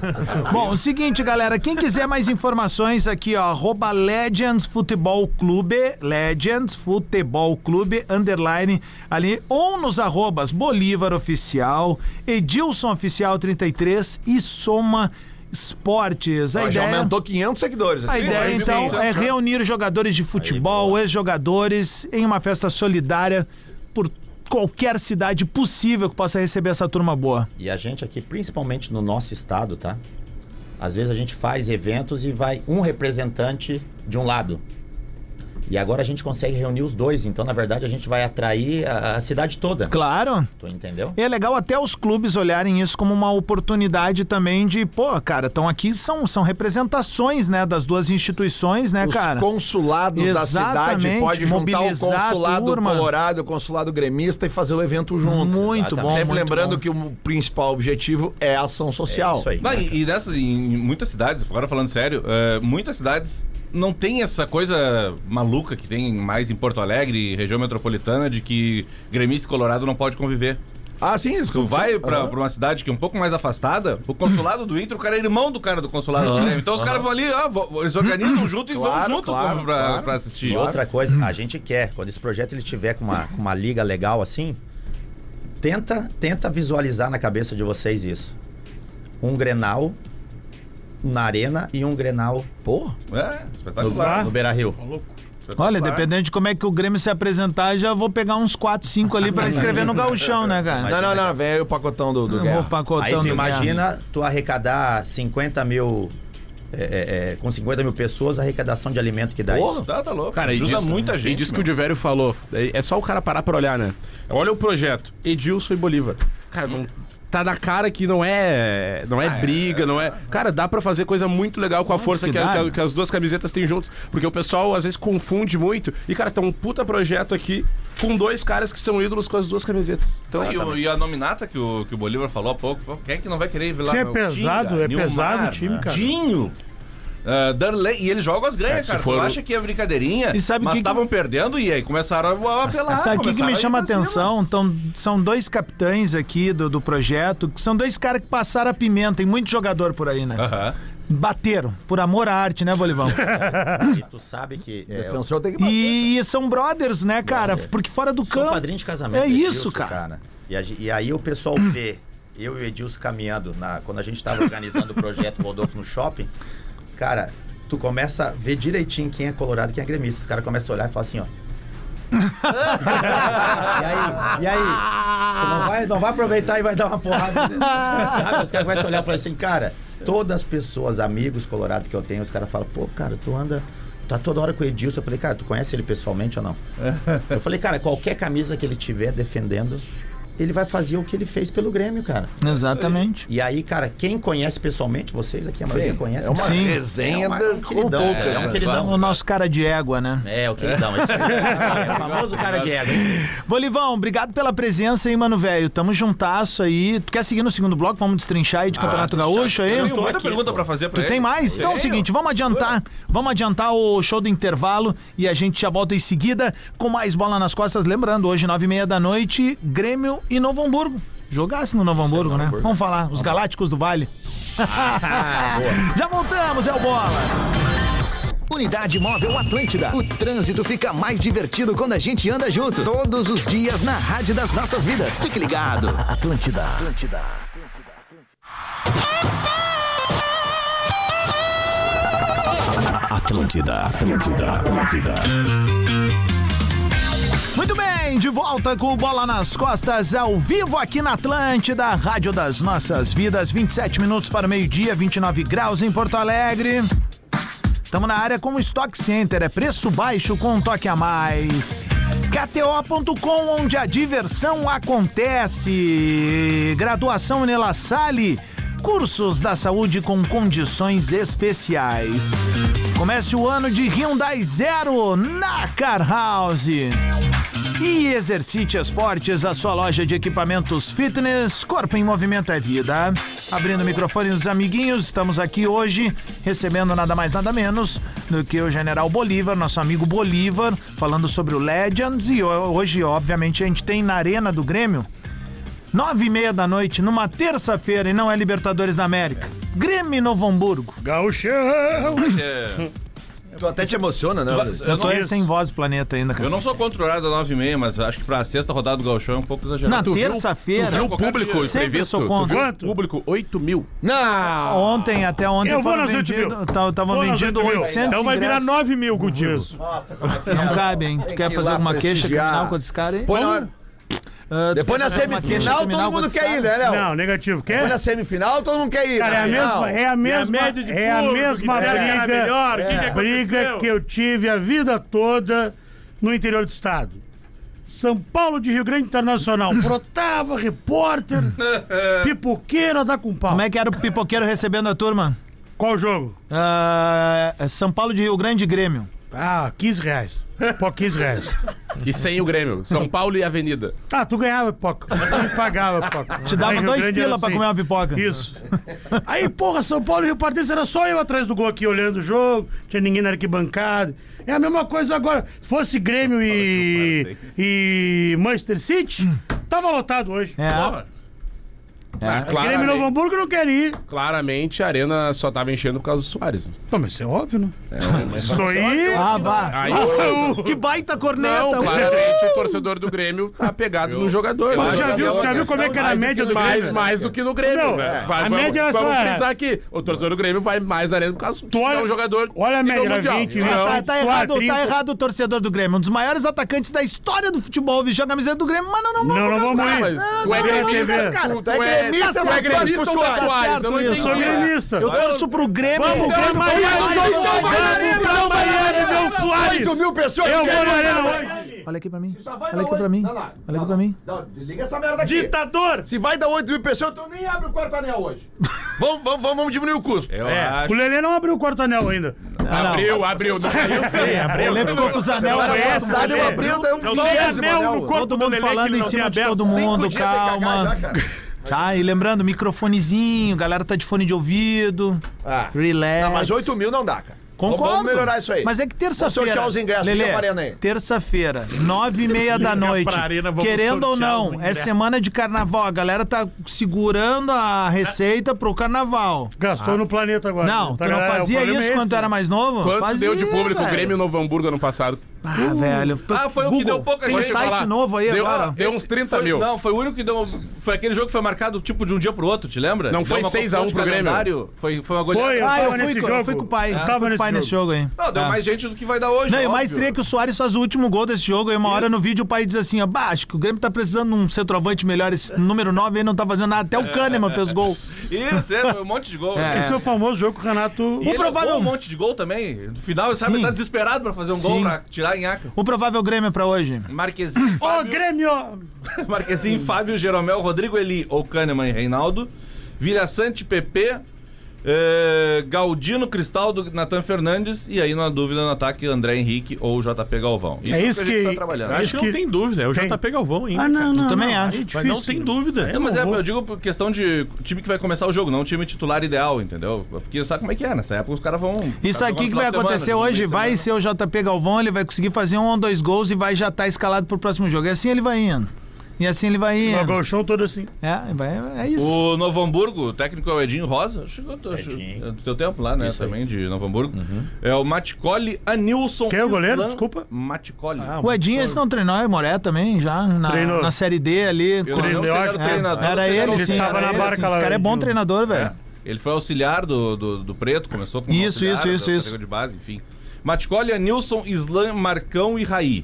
S2: Bom, o seguinte, galera, quem quiser mais informações aqui, ó, arroba Legends Futebol Clube, Legends Futebol Clube, underline ali, ou nos arrobas Bolívar Oficial, Edilson Oficial 33 e Soma Esportes. A
S4: Ó, Já
S2: ideia...
S4: aumentou 500 seguidores.
S2: A
S4: aqui.
S2: ideia,
S3: sim,
S2: então,
S3: sim.
S2: é reunir jogadores de futebol, ex-jogadores, em uma festa solidária por qualquer cidade possível que possa receber essa turma boa.
S7: E a gente aqui, principalmente no nosso estado, tá? Às vezes a gente faz eventos e vai um representante de um lado. E agora a gente consegue reunir os dois. Então, na verdade, a gente vai atrair a, a cidade toda.
S2: Claro.
S7: Tu entendeu?
S2: E é legal até os clubes olharem isso como uma oportunidade também de, pô, cara, estão aqui, são, são representações, né, das duas instituições, né,
S4: Os
S2: cara?
S4: consulados da
S2: Exatamente,
S4: cidade pode juntar o
S2: mobilizar a
S4: consulado
S2: turma.
S4: colorado, o consulado gremista e fazer o evento junto.
S2: Muito bom,
S4: Sempre
S2: muito
S4: lembrando
S2: bom.
S4: que o principal objetivo é a ação social.
S7: É isso aí.
S3: Não, e, e nessas, em muitas cidades, agora falando sério, é, muitas cidades não tem essa coisa maluca que tem mais em Porto Alegre, região metropolitana, de que gremista e colorado não pode conviver.
S4: Ah, sim, isso
S3: Tu vai pra,
S4: Aham.
S3: pra uma cidade que é um pouco mais afastada, o consulado do Inter, o cara é irmão do cara do consulado do Grêmio. Então os caras vão ali, ó, vo- eles organizam junto e
S4: Claro,
S3: vão junto
S4: claro,
S3: pra, pra-
S4: claro.
S3: pra assistir.
S7: E outra coisa, a gente quer, quando esse projeto ele tiver com uma, com uma liga legal assim, tenta, tenta visualizar na cabeça de vocês isso. Um Grenal na arena e um Grenal
S4: Pô,
S3: É,
S7: no,
S3: espetacular.
S7: no Beira-Rio.
S2: Olha,
S3: Espetacular.
S2: dependendo de como é que o Grêmio se apresentar, já vou pegar uns 4, 5 ali pra escrever no gauchão, né, cara?
S4: não, não, não, vem aí o pacotão do, do
S2: Não vou
S4: Guerra.
S7: Aí
S2: pacotando.
S7: tu
S2: né?
S7: imagina tu arrecadar 50 mil. é, é, é, com 50 mil pessoas, a arrecadação de alimento que dá isso.
S3: Tá, tá louco.
S8: Cara, e
S3: ajuda
S8: diz,
S3: muita
S8: E
S3: gente.
S8: diz que
S3: meu.
S8: o Diverio falou. É é só o cara parar pra olhar, né? Olha o projeto. Edilson e Bolívar. Cara, não. Tá na cara que não é. Não é briga, não é. Cara, dá pra fazer coisa muito legal com a força
S2: que
S8: que, a-
S2: dá,
S8: que a-
S2: né?
S8: que as duas camisetas têm junto. Porque o pessoal às vezes confunde muito. E, cara, tá um puta projeto aqui com dois caras que são ídolos com as duas camisetas. Então,
S3: E, o- e a nominata que o, que o Bolívar falou há pouco, pô, quem é que não vai querer ir lá?
S6: Sim, é
S3: meu?
S6: pesado, é pesado o time, cara.
S3: Dinho! né? ah, Darley, e eles jogam as ganhas,
S8: se
S3: cara.
S8: for
S3: tu
S8: o-
S3: acha que é brincadeirinha,
S2: E sabe
S3: mas
S2: que que-
S3: estavam perdendo e aí começaram a apelar.
S2: Sabe o que, que me
S3: começaram
S2: chama a
S3: ir pra cima.
S2: atenção? Então, são dois capitães aqui do, do projeto, que são dois caras que passaram a pimenta. Tem muito jogador por aí, né?
S3: Aham.
S2: Bateram, por amor à arte, né, Bolivão?
S7: E tu sabe que. é,
S4: Defensor tem que
S2: e, e são brothers, né, cara?
S7: Brother.
S2: Porque fora do
S7: Sou
S2: campo.
S7: padrinho de casamento.
S2: É
S7: do
S2: isso,
S7: Edilson,
S2: cara.
S7: E, a gen- e aí o pessoal vê eu e o Edilson caminhando na, quando a gente estava organizando o projeto Rodolfo no shopping. Cara, tu começa a ver direitinho quem é colorado e quem é gremista. Os caras começam a olhar e falam assim, ó. e aí? E aí? Tu não vai, não vai aproveitar e vai dar uma porrada. nele. Sabe? Os caras começam a olhar e falam assim, cara, todas as pessoas, amigos colorados que eu tenho, os caras falam, pô, cara, tu anda. Tá toda hora com o Edilson. Eu falei, cara, tu conhece ele pessoalmente ou não? Eu falei, cara, qualquer camisa que ele tiver defendendo, ele vai fazer o que ele fez pelo Grêmio, cara.
S2: né? Exatamente.
S7: E aí, cara, quem conhece pessoalmente, vocês aqui, a maioria conhece.
S4: É uma
S7: cara.
S2: Sim.
S4: resenha
S7: É uma-
S4: da-
S7: um queridão,
S4: com né?
S7: é um queridão.
S2: O nosso cara de égua, né?
S7: É, o queridão. É, isso aí. é o famoso cara de ego. isso aí.
S2: Bolivão, obrigado pela presença aí, mano, velho. Tamo juntasso aí. Tu quer seguir no segundo bloco? Vamos destrinchar aí de Campeonato Gaúcho aí?
S3: Eu tenho muita pergunta pra fazer pra
S2: Tu
S3: ele.
S2: tem mais? Então é o
S3: Tenho.
S2: seguinte, vamos adiantar. Vamos adiantar o show do intervalo e a gente já volta em seguida com mais bola nas costas. Lembrando, hoje, nove e meia da noite, Grêmio e Novo Hamburgo. Jogasse no Novo Hamburgo, Ah, né? Vamos falar, os Galácticos do Vale. já voltamos, é o Bola.
S9: Unidade Móvel Atlântida. O trânsito fica mais divertido quando a gente anda junto. Todos os dias na rádio das nossas vidas. Fique ligado. Atlântida. Atlântida.
S1: Atlântida, Atlântida, Atlântida.
S2: Muito bem, de volta com o Bola nas Costas, ao vivo aqui na Atlântida, Rádio das Nossas Vidas, 27 minutos para o meio-dia, 29 graus em Porto Alegre. Estamos na área com o Stock Center, é preço baixo com um toque a mais. KTO.com, onde a diversão acontece. Graduação Nela Sale, cursos da saúde com condições especiais. Comece o ano de Hyundai Zero na Car House. E Exercite Esportes, a sua loja de equipamentos fitness, corpo em movimento é vida. Abrindo o microfone dos amiguinhos, estamos aqui hoje recebendo nada mais nada menos do que o General Bolívar, nosso amigo Bolívar, falando sobre o Legends e ho- hoje, obviamente, a gente tem na Arena do Grêmio, nove e meia da noite, numa terça-feira e não é Libertadores da América. Grêmio e Novo Hamburgo.
S6: Gauchão!
S4: Tu até te emociona, né? Rodrigo?
S2: Eu tô sem voz do planeta ainda,
S3: Eu
S2: cara.
S3: não sou contra o horário da 9h30, mas acho que pra sexta rodada do Galchão é um pouco exagerado.
S2: Na
S3: Tu viu-
S8: Tu viu
S2: terça-feira,
S8: o público
S3: Sempre
S8: previsto?
S2: sou
S8: Tu
S2: contra.
S8: viu o
S6: Quanto?
S8: público? 8 mil.
S4: Não!
S2: ontem, até ontem,
S6: Eu vou
S2: foram tá-
S6: nas oito
S2: vendidos,
S6: mil.
S2: estavam
S6: Pô, nós
S2: vendidos
S6: oito mil.
S2: 800
S6: Então vai virar
S2: ingressos.
S6: 9 mil, Gutiérrez.
S2: Não cabe, hein? Tu
S4: Tem
S2: quer
S4: que ir
S2: fazer
S4: lá
S2: alguma queixa
S4: prestigiar.
S2: criminal contra esse cara aí?
S4: Põe na hora.
S2: Ah,
S4: Depois na
S2: tu quer fazer uma
S4: semifinal,
S2: ficha
S4: todo mundo quer ir, né, Léo?
S6: Não, negativo. Quer?
S4: Depois na semifinal, todo mundo quer ir.
S6: Cara,
S4: na
S6: é a
S4: final.
S6: mesma, é a mesma,
S5: média de
S6: é a
S5: público,
S6: mesma
S5: que disseram que
S6: briga, É.
S5: era melhor, o que que
S6: briga
S5: aconteceu?
S6: que eu tive a vida toda no interior do estado. São Paulo de Rio Grande Internacional, brotava, repórter, pipoqueira dá com pau.
S2: Como é que era o pipoqueiro recebendo a turma?
S6: Qual o jogo?
S2: Ah, São Paulo de Rio Grande e Grêmio.
S6: Ah, 15 reais. Pó 15 reais.
S8: E sem o Grêmio. São Paulo e Avenida.
S6: Ah, tu ganhava pipoca. Tu pagava pipoca.
S2: Te dava
S6: Aí, Rio
S2: dois
S6: Grande era
S2: pila pra
S6: assim.
S2: comer uma pipoca.
S6: Isso. Aí, porra, São Paulo e Rio Partense era só eu atrás do gol aqui olhando o jogo, tinha ninguém na arquibancada. É a mesma coisa agora. Se fosse Grêmio e, e Manchester City, tava lotado hoje.
S2: É.
S3: Porra.
S8: Ah,
S6: Grêmio e Novo
S8: claramente,
S6: Hamburgo não quer ir.
S8: claramente a arena só tava enchendo por causa do Soares.
S6: Não, mas isso é óbvio, né?
S8: é
S6: Isso aí.
S2: Ah, vá.
S8: Aí,
S2: Que baita
S8: não,
S2: corneta.
S8: claramente o torcedor do Grêmio tá pegado no jogador.
S6: Mas
S8: O
S6: já
S8: jogador
S6: viu- já
S8: é uma
S6: viu como é que era a
S8: questão mais
S6: média
S8: do
S6: do
S8: mais,
S6: Grêmio?
S8: mais do que no Grêmio,
S6: Não,
S8: né?
S6: é.
S8: Vai,
S6: A
S8: vamos,
S6: média é só
S8: vamos
S6: era.
S8: frisar aqui. O torcedor do Grêmio vai mais na arena por causa do
S6: olha-
S8: um jogador.
S6: olha a
S8: nível
S6: média, era
S8: mundial.
S6: 20,
S8: Não,
S6: né?
S8: não,
S2: Tá, tá errado,
S6: Suadrinho.
S2: tá errado o torcedor do Grêmio. Um dos maiores atacantes da história do futebol. Vestiu a camiseta do Grêmio, mas não, não,
S6: Não, não
S2: vamos
S6: vamos
S2: gastar.
S6: ir.
S8: mas tu é gremista, cara. Tu é
S2: gremista, tá
S8: tu é
S2: certo,
S8: gremista ou tu é
S2: tá
S8: Soares?
S2: certo,
S8: Eu não
S2: eu
S6: Eu
S8: entendi.
S6: sou gremista.
S2: Eu torço pro Grêmio.
S6: Vamos,
S2: pro Grêmio,
S6: Grêmio,
S2: vai,
S6: Grêmio,
S2: vai,
S6: Grêmio,
S2: vai, vai, vai.
S6: Grêmio, Grêmio, Grêmio, ver o Suárez.
S4: mil pessoas
S6: Eu vou na
S4: querem.
S6: arena hoje.
S2: Olha aqui pra mim. Olha aqui pra mim. Olha aqui pra mim.
S7: Liga essa merda aqui.
S5: Ditador!
S4: Se vai dar 8 mil pessoas, então nem abre o quarto anel hoje. vamos, vamos, vamos, vamos diminuir o
S2: É,
S4: custo.
S3: Eu
S6: O
S3: acho.
S6: Lelê não abriu o quarto anel ainda.
S8: Abriu, abriu. Não caiu sim.
S2: Ele ficou com os anel na
S5: Não,
S2: mão.
S5: essa-
S4: Sabe, eu
S5: é.
S4: abri, eu dei um
S5: Não tem
S4: quinzésimo
S5: anel no
S4: anel.
S5: corpo
S2: Todo
S5: do
S2: mundo
S5: Lelê
S2: falando
S5: que
S2: em
S5: não tem
S2: cima de
S5: aberto.
S2: todo
S4: Cinco
S2: mundo,
S4: dias sem cagar
S2: calma.
S4: já, cara.
S2: Tá, e lembrando, microfonezinho, galera tá de fone de ouvido.
S4: Ah.
S2: Relax.
S4: Não, mas 8 mil não dá, cara.
S2: Concordo.
S4: Vamos melhorar isso aí.
S2: Mas é que terça-feira.
S4: Vamos sortear os ingressos,
S2: Lelê,
S4: liga pra arena aí.
S2: Terça-feira, nove e meia da noite.
S5: pra arena, vamos
S2: Querendo ou
S5: sortear os
S2: não, é
S5: ingressos.
S2: semana de carnaval. A galera tá segurando a receita pro carnaval.
S6: Gastou no planeta agora. Tá,
S2: Não, tu não
S6: é,
S2: fazia isso quando tu
S6: né?
S2: era mais novo?
S8: Quanto
S2: fazia,
S8: deu de público
S2: velho.
S8: o Grêmio Novo Hamburgo ano passado?
S2: Ah, velho.
S3: Ah, foi o que deu pouca
S2: tem
S3: gente
S2: site
S3: falar. Ah,
S2: novo aí
S8: Deu,
S2: agora.
S8: deu uns 30
S3: Foi-
S8: mil.
S3: Não, foi o único que deu. um- Foi aquele jogo que foi marcado tipo de um dia pro outro, te lembra?
S8: Não
S3: Deu
S8: foi
S3: uma
S8: 6 a 1
S3: confusão
S8: pro
S3: de
S8: Grêmio.
S3: calendário. Foi, foi uma goleada.
S6: Foi,
S2: Ah,
S6: tava
S2: eu fui,
S6: nesse
S2: com- eu
S6: jogo.
S2: fui com o pai.
S6: Ah,
S2: Eu
S6: tava
S2: fui com o
S6: nesse
S2: pai nesse jogo aí.
S3: Não, deu
S2: Ah.
S3: mais gente do que vai dar hoje.
S2: Não, e
S3: óbvio.
S2: o mais triste é que o Soares faz o último gol desse jogo. Aí uma hora no vídeo o pai diz assim: ó, "Bah, acho que o Grêmio tá precisando de um centroavante melhor. Esse número 9 aí não tá fazendo nada. Até o Kahneman fez gol.
S3: Isso, é, foi um monte de gol.
S2: É.
S6: Esse é o famoso jogo que o Renato.
S3: E ele
S2: provável-
S3: errou um monte de gol também. No final, ele sabe,
S2: Sim.
S3: ele tá desesperado pra fazer um gol,
S2: Sim.
S3: pra tirar em Aca.
S2: O provável Grêmio é pra hoje.
S3: Marquezinho,
S6: Ô,
S3: Fábio,
S6: Grêmio!
S3: Marquezinho, Fábio, Jeromel, Rodrigo Eli, ou Kahneman e Reinaldo. Vila Sante, PP, eh, Galdino, Cristaldo, Natan Fernandes. E aí, na dúvida, no ataque, André Henrique ou JP Galvão.
S6: É
S3: o
S6: isso
S3: a gente
S6: que-
S3: tá trabalhando.
S6: é
S10: Acho que não tem dúvida, é o
S6: Tem.
S10: JP Galvão ainda.
S6: Ah, não, não.
S2: também
S6: não,
S2: acho.
S6: aí é
S10: Mas não
S6: difícil.
S10: tem dúvida.
S3: É, mas é, eu digo por questão de time que vai começar o jogo, não o time titular ideal, entendeu? Porque sabe como é que é, nessa época os caras vão...
S2: Isso
S3: tá
S2: aqui
S3: jogando
S2: que
S3: no
S2: vai
S3: final de
S2: acontecer
S3: semana,
S2: hoje
S3: no meio
S2: vai
S3: de
S2: ser o JP Galvão. Ele vai conseguir fazer um ou dois gols e vai já estar escalado pro próximo jogo. E assim ele vai indo. E assim ele vai
S6: O
S2: indo.
S6: Galchão todo assim.
S2: É, vai- é isso.
S3: O Novo Hamburgo, o técnico é o Edinho Rosa, chegou do do teu tempo lá, né? também de Novo Hamburgo.
S2: Uhum.
S3: É o Maticoli Anilson.
S6: Quem é o goleiro?
S3: Islan
S6: Desculpa. Ah,
S3: Maticoli.
S2: O Edinho, esse não treinou, é Moré também, já na,
S6: Treinou.
S2: na Série D ali.
S3: Eu não lembro se ele era o
S6: É,
S3: treinador.
S2: Era
S3: se
S2: ele,
S3: o
S2: sim.
S6: tava
S2: era
S6: na
S2: ele,
S6: barca
S2: sim.
S6: lá,
S2: Esse cara é bom
S6: Edinho.
S2: treinador, velho.
S3: Ele foi auxiliar do, do, do Preto, começou com
S2: Isso,
S3: auxiliar,
S2: isso, isso,
S3: da
S2: isso.
S3: categoria de base, enfim. Matcolia, Nilson, Islan, Marcão e Raí.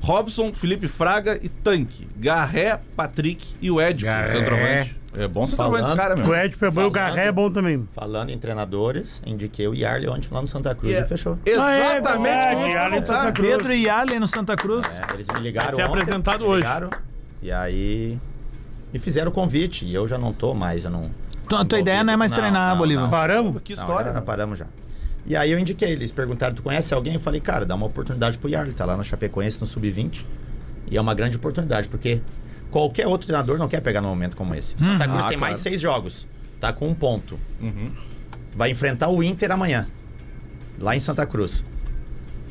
S3: Robson, Felipe Fraga e Tanque. Garré, Patrick e o Ed, centroavante. É bom centroavante esse
S7: Falando.
S3: cara,
S6: O
S3: meu.
S6: Ed é bom e o Garré é bom também.
S7: Falando em treinadores, indiquei o Yarley ontem lá no Santa Cruz e fechou.
S3: Exatamente
S6: Ah, é
S3: como a gente
S6: verdade,
S3: vai
S6: Alan
S3: montar.
S6: Santa Cruz.
S2: Pedro e Allen no Santa Cruz.
S7: É, eles me ligaram
S10: Vai ser
S7: ontem,
S10: apresentado
S7: me
S10: hoje.
S7: ligaram, e aí me fizeram o convite e eu já não tô mais, eu não.
S2: Tua, tua
S7: Envolvido.
S2: ideia não é mais
S7: Não,
S2: treinar,
S7: não,
S2: Bolívar.
S7: não.
S6: Paramos?
S3: Que
S7: Não,
S3: história,
S7: já
S3: né?
S7: paramos já. E aí eu indiquei, eles perguntaram, tu conhece alguém? Eu falei, cara, dá uma oportunidade pro Yarley, tá lá na Chapecoense no Sub-20. E é uma grande oportunidade, porque qualquer outro treinador não quer pegar num momento como
S4: Uhum.
S7: esse. O Santa Cruz
S4: Ah,
S7: tem mais seis jogos, tá com um ponto.
S4: Uhum.
S7: Vai enfrentar o Inter amanhã, lá em Santa Cruz.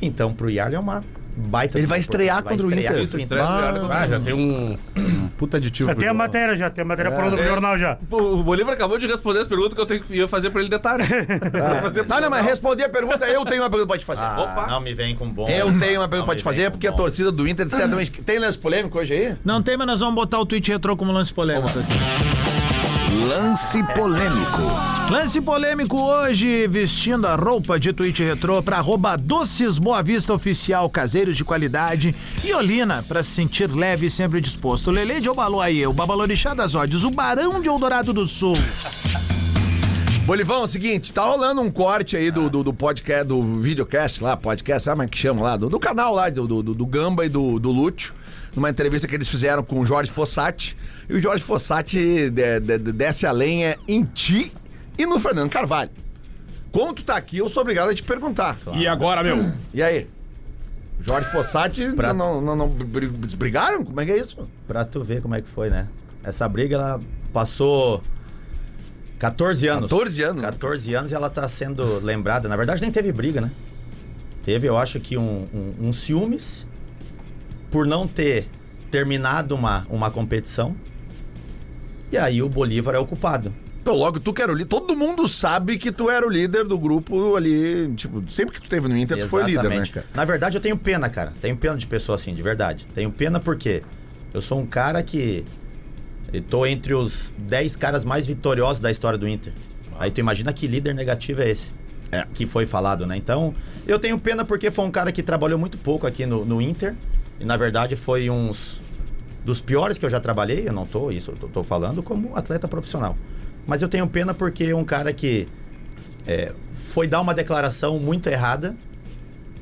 S7: Então pro Yarley é uma baita...
S4: Ele vai estrear contra o Inter.
S3: Isso, estreia do Yarley contra o
S8: Ah, já tem um, um puta aditivo.
S6: Já
S8: pro
S6: tem a
S8: jogo.
S6: matéria, já tem a matéria pronta pro
S3: É.
S6: jornal já.
S3: Pô, O Bolívar acabou de responder as perguntas que eu tenho que ia fazer pra ele detalhe. Vou fazer pro
S4: Tá, não, mas
S3: final.
S4: respondi a pergunta, eu tenho uma pergunta pra te fazer.
S7: Ah, não me vem com bom.
S4: Eu tenho uma pergunta
S7: Não
S4: pra te
S7: me vem
S4: fazer,
S7: com
S4: porque a
S7: bom.
S4: torcida do Inter certamente. Tem lance polêmico hoje aí?
S2: Não tem, mas nós vamos botar o tweet retrô como lance polêmico. aqui.
S9: Lance polêmico.
S2: Lance polêmico hoje, vestindo a roupa de tweet retrô para arroba doces Boa Vista Oficial, caseiros de qualidade e Olina, para se sentir leve e sempre disposto. Lele de Obaluaê, o Babalorixá das Ódios, o Barão de Eldorado do Sul.
S4: Bolivão, é o seguinte, tá rolando um corte aí do, do, do podcast, do videocast lá, podcast, sabe como é que chama lá? Do, do canal lá, do, do, do Gamba e do, do Lúcio, numa entrevista que eles fizeram com o Jorge Fossati. E o Jorge Fossati de- de- de- desce a lenha em ti e no Fernando Carvalho. Como tu tá aqui, eu sou obrigado a te perguntar.
S8: E agora, meu?
S4: E aí? Jorge Fossati,
S7: Pra-
S4: não, não, não br- br- brigaram? Como é que é isso?
S7: Pra tu ver como é que foi, né? Essa briga, ela passou 14 anos.
S4: 14 anos.
S7: 14 anos e ela tá sendo lembrada. Na verdade, nem teve briga, né? Teve, eu acho que um, um, um ciúmes por não ter terminado uma, uma competição. E aí o Bolívar é o culpado.
S4: Então, logo tu que era o líder. Todo mundo sabe que tu era o líder do grupo ali. Tipo, sempre que tu teve no Inter, tu foi líder, né,
S7: Exatamente.
S4: cara?
S7: Na verdade, eu tenho pena, cara. Tenho pena de pessoa assim, de verdade. Tenho pena porque eu sou um cara que. Eu tô entre os 10 caras mais vitoriosos da história do Inter. Aí tu imagina que líder negativo é esse. Que foi falado, né? Então, eu tenho pena porque foi um cara que trabalhou muito pouco aqui no, no Inter. E na verdade foi uns dos piores que eu já trabalhei, eu não tô, isso eu tô, tô falando como atleta profissional. Mas eu tenho pena porque um cara que é, foi dar uma declaração muito errada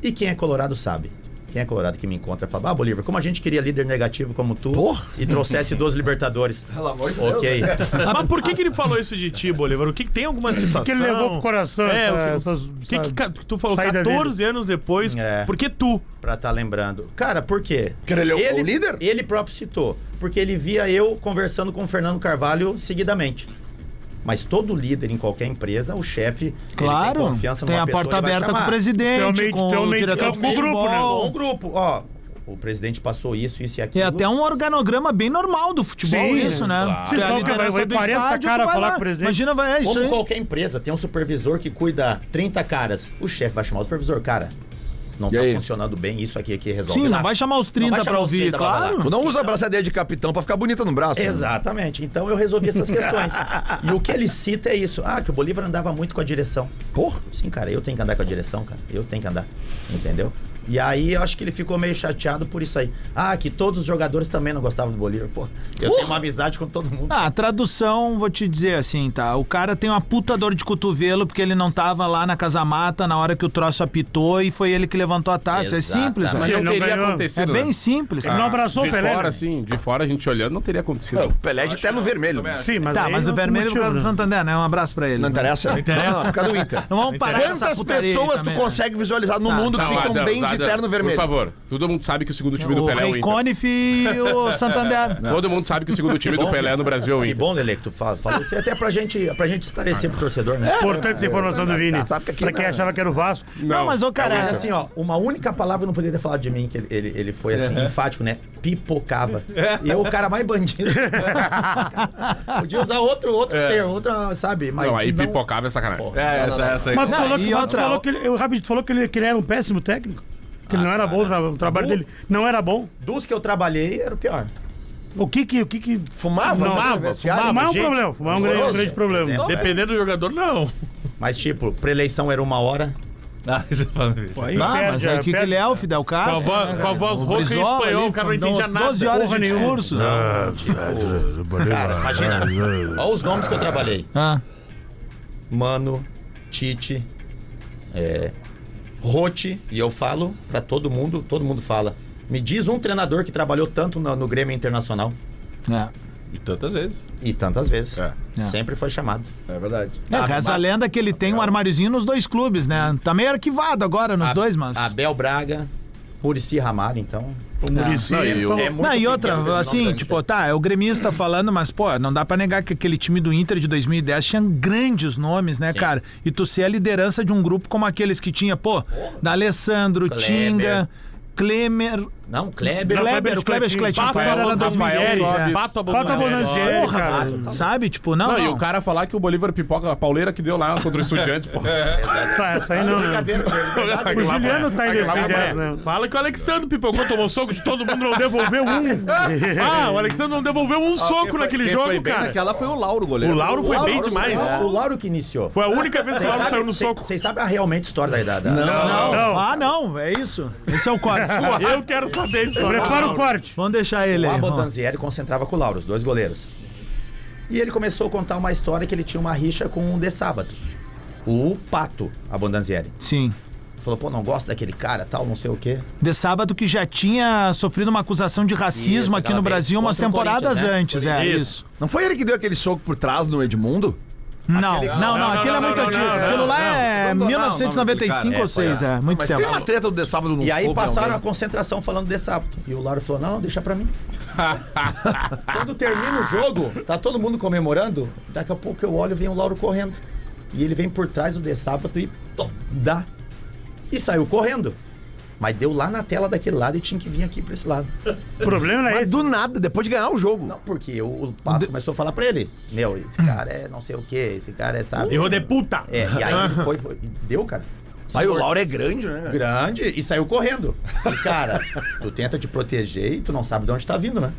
S7: e quem é colorado sabe. Quem é colorado que me encontra fala, ah, Bolívar, como a gente queria líder negativo como tu e trouxesse dois libertadores. Pelo amor de Deus. né? Ok.
S10: Mas por que, que ele falou isso de ti, Bolívar? O que, que tem alguma situação?
S6: que ele levou pro coração
S10: É,
S6: essa-
S10: o que,
S6: essas-
S10: o que, que
S6: sabe?
S10: ca- que tu falou
S6: Saída
S10: 14 anos depois,
S7: É.
S10: por que tu?
S7: pra tá lembrando. Cara, por quê?
S4: Quer ele é o- o líder?
S7: Ele próprio citou. Porque ele via eu conversando com o Fernando Carvalho seguidamente. Mas todo líder em qualquer empresa, o chefe, ele tem
S2: Claro,
S7: confiança
S2: tem
S7: numa
S2: a
S7: pessoa,
S2: porta
S7: ele vai
S2: aberta com o
S7: chamar.
S6: Tem um
S2: presidente,
S6: meio-
S2: com
S6: tem um
S2: o
S6: meio-
S2: diretor
S6: tem
S2: de
S6: um grupo, né?
S2: futebol.
S7: Um grupo, ó, o presidente passou isso, isso e aquilo.
S2: É até um organograma bem normal do futebol,
S6: Sim,
S2: isso, né?
S6: claro.
S2: Tem a
S6: Vocês estão que vai-
S2: liderança
S6: vai
S2: do
S6: 40
S2: estádio,
S6: cara
S2: tu vai
S6: falar
S2: lá.
S6: com o presidente.
S2: Imagina, vai, é isso
S7: Como
S2: aí.
S7: qualquer empresa, tem um supervisor que cuida 30 caras. O chefe vai chamar o supervisor, cara. Não tá
S4: aí?
S7: funcionando bem, isso aqui aqui resolve.
S2: Sim,
S7: lá.
S2: não vai chamar os
S7: Não
S2: 30
S7: vai chamar
S2: pra
S7: os
S2: ouvir,
S7: 30 pra
S2: claro.
S7: falar.
S4: Tu não usa a braçadeira de capitão pra ficar bonita no braço. né?
S7: Exatamente. Então eu resolvi essas questões. e o que ele cita é isso. Ah, que o Bolívar andava muito com a direção. Porra. Sim, cara, eu tenho que andar com a direção, cara. Eu tenho que andar. Entendeu? E aí eu acho que ele ficou meio chateado por isso aí. Ah, que todos os jogadores também não gostavam do Bolívar. Pô, eu tenho uma amizade com todo mundo.
S2: Ah, a tradução, vou te dizer assim, tá? O cara tem uma puta dor de cotovelo porque ele não tava lá na casamata na hora que o troço apitou e foi ele que levantou a taça. É simples,
S8: Mas
S2: né?
S8: não,
S6: Ele não
S8: teria
S6: ganhou.
S2: É
S8: acontecido. né?
S2: bem simples.
S6: Ele não abraçou
S8: de
S6: o Pelé,
S8: fora,
S6: né?
S8: assim, de fora a gente olhando, não teria acontecido.
S4: O Pelé é de terno vermelho.
S6: Sim, mas
S2: Tá,
S6: aí
S2: mas o
S6: não tem
S2: vermelho é por causa do
S6: motivo, né?
S2: Santander, né? Um abraço pra ele.
S4: Não
S2: né?
S4: interessa? Não interessa. Não, por causa do Inter.
S2: Não vamos parar essa
S4: Quantas
S2: putaria aí
S4: pessoas
S2: também,
S4: tu
S2: né?
S4: consegue visualizar no mundo que
S8: Não,
S4: ficam
S8: Adams,
S4: bem de
S8: Adams,
S4: terno vermelho?
S8: Por favor, todo mundo sabe que o segundo time do
S2: O
S8: Pelé é o
S2: Rei
S8: Inter.
S2: Conif e o Santander.
S7: É.
S8: Todo mundo sabe que o segundo time do Pelé no Brasil é o
S7: Que
S8: Inter.
S7: bom, Lele, que tu fala, fala isso. Até pra gente, pra gente esclarecer pro torcedor, né?
S6: Importante essa informação do Vini.
S4: Sabe que aqui
S6: pra quem
S7: é.
S4: não-
S6: achava que era o Vasco.
S2: Não, mas ô cara,
S7: Cara, assim, ó, uma única palavra não podia ter falado de mim, que ele, ele, ele foi assim, enfático, né? Pipocava. E eu, o cara mais bandido. podia usar outro, outro
S10: É.
S7: termo, outra, sabe? Mas
S8: Não, aí pipocava é sacanagem.
S3: É, essa, essa aí.
S6: Mas tu falou
S2: e
S6: que, tu
S2: outra-
S6: falou que ele, eu, rapidinho, tu falou que ele, que ele era um péssimo técnico. Que ele não era bom, o tra- o trabalho
S7: Du-
S6: dele não era bom.
S7: Dos que eu trabalhei, era o pior.
S6: O que que. O que, que...
S4: Fumava?
S6: Não,
S4: né?
S6: fumava,
S4: Vestiário?
S6: fumar é um
S10: gente.
S6: problema, fumar é um grande, um grande problema.
S7: Pois é.
S10: Dependendo do jogador, não.
S7: Mas, tipo, preeleição era uma hora.
S10: Ah, você fala mesmo.
S6: Aí
S2: Não,
S6: perde,
S2: Ah, mas aí o que, que
S6: perde.
S2: ele é, o Fidel Castro?
S10: Com a vo- com
S2: né,
S10: a
S2: cara?
S10: voz
S2: O
S10: rouca em
S2: Brizola
S10: espanhol,
S2: ali,
S10: o cara não
S2: com
S10: entendia nada,
S2: 12 horas
S10: porra
S2: de
S10: nenhuma.
S2: discurso.
S7: Cara, imagina.
S10: É.
S7: Olha os nomes que eu trabalhei.
S2: Ah.
S7: Mano, Tite, é, Rote, e eu falo pra todo mundo, todo mundo fala. Me diz um treinador que trabalhou tanto no, no Grêmio Internacional
S2: É.
S3: E tantas vezes.
S7: e tantas vezes.
S3: É.
S2: É.
S7: Sempre foi chamado.
S4: É verdade.
S2: É,
S10: Ah,
S2: essa lenda que ele tem um armáriozinho nos dois clubes, né? Tá meio arquivado agora nos
S7: A-
S2: dois, mas.
S7: Abel Braga, Murici Ramalho, então.
S6: O Muricy,
S8: Não, e
S6: então,
S8: o-
S2: não,
S7: É muito
S2: e
S7: pequeno esse
S2: outra,
S7: nome
S2: assim,
S7: grande.
S2: tipo, tá, é o gremista falando, mas, pô, não dá pra negar que aquele time do Inter de 2010 tinha grandes nomes, né, cara? E tu ser a liderança de um grupo como aqueles que tinha, pô, da Alessandro,
S7: Kleber.
S2: Tinga, Klemer,
S7: Não, Kleber.
S2: Kleber, o Kleber Chicletinho.
S10: Pato
S2: Kleber era
S10: Rafael
S2: 2006,
S10: Sobis.
S2: é.
S10: Pato
S6: Pato Abonanzieri,
S2: Porra,
S6: cara.
S2: cara. Sabe? Tipo, não,
S8: Não, e
S2: não.
S8: o cara falar que o Bolívar pipoca a pauleira que deu lá contra o Estudiantes, porra.
S7: É.
S6: Tá, essa aí não. né? O Juliano tá em 2010, né?
S10: Fala que o Alexandre pipocou, tomou soco de todo mundo, não devolveu um. Ah, o Alexandre não devolveu um soco naquele jogo, cara.
S3: Aquela foi o Lauro,
S10: O
S3: goleiro.
S10: Lauro foi bem demais. É.
S7: O Lauro que iniciou.
S10: Foi a única vez que o Lauro saiu no soco.
S7: Vocês sabem a realmente história da idade. Não.
S6: Não,
S2: Ah, não, é isso. Esse é o corte.
S10: Eu quero saber isso.
S6: prepara o corte.
S2: Vamos deixar ele
S7: O
S2: aí. irmão.
S7: Abodanzieri concentrava com o Lauro, os dois goleiros. E ele começou a contar uma história que ele tinha uma rixa com o De Sábado. O Pato Abodanzieri.
S2: Sim.
S7: Falou, pô, não gosto daquele cara, tal, não sei o quê.
S2: De sábado que já tinha sofrido uma acusação de racismo
S7: Isso,
S2: aqui
S7: aquela
S2: no
S7: vez.
S2: Brasil umas
S7: Contra o
S2: temporadas
S7: Corinthians, né?
S2: antes, é isso.
S4: Não foi ele que deu aquele soco por trás no Edmundo?
S2: Não, não, não,
S10: não,
S2: aquele é
S10: não,
S2: muito
S10: não,
S2: antigo.
S10: não, não,
S2: Aquilo lá
S10: não.
S2: é
S3: Não, não,
S2: 1995
S3: não,
S2: ou 6, é, muito
S4: Mas
S2: tempo.
S4: tem uma treta do De Sábado no
S7: um- E aí passaram a concentração falando de sábado. E o Lauro falou: não, não, deixa pra mim. Quando termina o jogo, tá todo mundo comemorando. Daqui a pouco eu olho e vem o Lauro correndo. E ele vem por trás do de sábado e tom, dá. E saiu correndo. Mas deu lá na tela daquele lado e tinha que vir aqui pra esse lado.
S6: O problema é
S4: Mas
S6: esse.
S4: do nada, depois de ganhar o jogo.
S7: Não, porque o, o Pato começou a falar pra ele: Meu, esse cara é não sei o que, esse cara é sábado.
S10: Errou de puta.
S7: É, e aí ele foi, foi- e deu, cara.
S4: Aí o
S7: Lauro
S4: Lauro é grande, né? cara?
S7: grande e saiu correndo. E, cara, tu tenta te proteger e tu não sabe de onde tá vindo, né?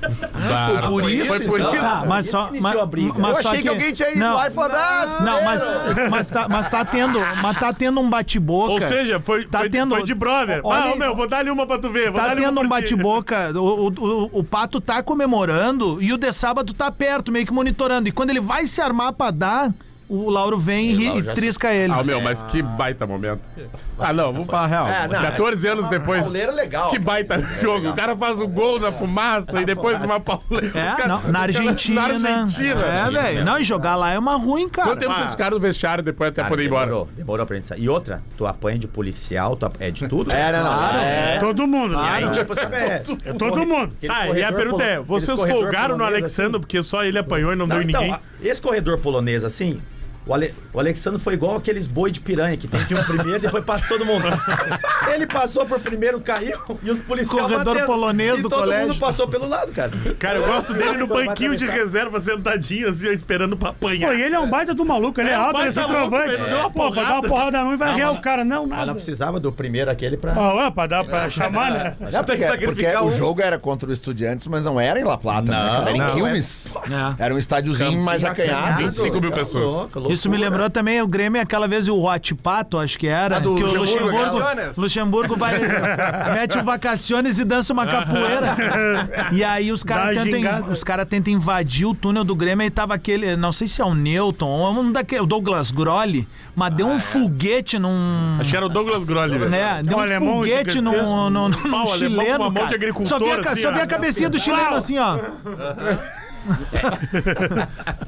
S8: Foi por isso, foi por isso.
S2: Tá, mas
S7: Isso
S2: só.
S7: iniciou
S2: Mas,
S7: a briga.
S2: mas
S4: Eu
S2: só
S4: achei que alguém tinha ido
S2: não,
S4: lá e falou, "Ah,
S2: Não, mas, mas, tá, mas tá tendo. Mas tá tendo um bate-boca.
S10: Ou seja, foi,
S2: Tá
S10: foi,
S2: tendo-
S10: foi de brother.
S2: Olha-
S10: ah, ô, meu, vou dar-lhe uma pra tu ver. Vou
S2: Tá
S10: dar-lhe
S2: tendo
S10: uma
S2: um
S10: pra ti.
S2: bate-boca, o, o, o- o Pato tá comemorando e o De Sábado tá perto, meio que monitorando. E quando ele vai se armar pra dar, o Lauro vem e, ri- e trisca ele.
S8: Ah, meu, mas que baita momento. Ah, não, vamos falar a real.
S4: É, não,
S8: 14 anos depois.
S7: Pauleira é legal.
S8: Que baita jogo. O cara faz um gol na fumaça e depois uma pauleira. Os
S2: É, não,
S8: cara-
S2: na
S8: os cara-
S2: Argentina.
S8: Na Argentina.
S2: É, velho. Não, e jogar lá é uma ruim, cara.
S8: Quanto tempo vocês ficaram no vestiário depois até
S7: Cara,
S8: poder ir embora?
S7: Demorou, demorou pra gente sair. E outra, tu apanha de policial, tu apanha, é de tudo.
S4: É, né, não, é.
S6: Todo mundo.
S7: E aí,
S6: né?
S7: tipo, sabe, é,
S6: Todo mundo.
S7: aquele
S10: Tá, e a
S7: corredor
S10: pergunta é,
S7: polo-
S10: vocês
S7: aquele corredor
S10: folgaram no
S7: polonês,
S10: Alexandre
S7: assim?
S10: porque só ele apanhou e não,
S7: Não,
S10: deu em
S7: então,
S10: ninguém?
S7: a- esse corredor polonês, assim, o, Ale, o Alexandre foi igual aqueles boi de piranha que tem que ir um primeiro e depois passa todo mundo. Ele passou por primeiro, caiu e os policiais
S2: Corredor
S7: bateram.
S2: polonês
S7: e
S2: do
S7: todo
S2: colégio.
S7: mundo passou pelo lado, cara.
S10: Cara, eu gosto dele no
S7: Vai
S10: banquinho de
S7: atravessar.
S10: reserva, sentadinho, assim, ó, esperando pra apanhar.
S6: Pô, e ele é um baita do maluco, ele é,
S10: É um
S6: alto, ele é
S10: baita louco,
S6: centroavante.
S10: ele deu uma
S6: Pô, pra dar uma
S10: porrada.
S6: porrada não e vai rear o cara. Não,
S7: Mas Ah, não
S6: nada.
S7: precisava do primeiro aquele pra...
S6: Ah, é, pra dar pra chamar, né?
S4: É porque,
S10: que sacrificar
S4: porque
S10: um.
S4: o jogo era contra o Estudiantes, mas não era em La Plata,
S7: Não,
S4: né? Era em
S7: não,
S4: Quilmes.
S2: É.
S4: Era um estádiozinho mais acanhado.
S8: 25 mil
S7: Tá
S8: pessoas.
S7: louco, loucura.
S2: Isso me lembrou também o Grêmio, aquela vez o Hot Pato, acho que era,
S10: Ah,
S8: do
S2: que o
S8: Luxemburgo,
S2: Luxemburgo,
S3: Vacaciones.
S2: Luxemburgo vai, mete um vacaciones e dança uma capoeira. E aí os caras
S6: Dá a
S2: tentam,
S6: gingada.
S2: os cara tentam invadir o túnel do Grêmio e tava aquele, não sei se é o Newton, ou um daquele, o Douglas Grolli, mas
S10: Ah,
S2: deu um
S10: é.
S2: foguete num...
S10: Acho que era o Douglas Grolli. velho.
S2: Né? Deu um,
S6: alemão
S2: foguete num, num,
S6: gigantesco,
S10: um
S2: num,
S10: alemão com uma
S2: chileno,
S10: mão de
S2: cara. Só
S10: agricultor,
S2: vi a, ca-
S10: assim,
S2: só vi
S10: ó.
S2: a cabecinha do chileno assim, ó.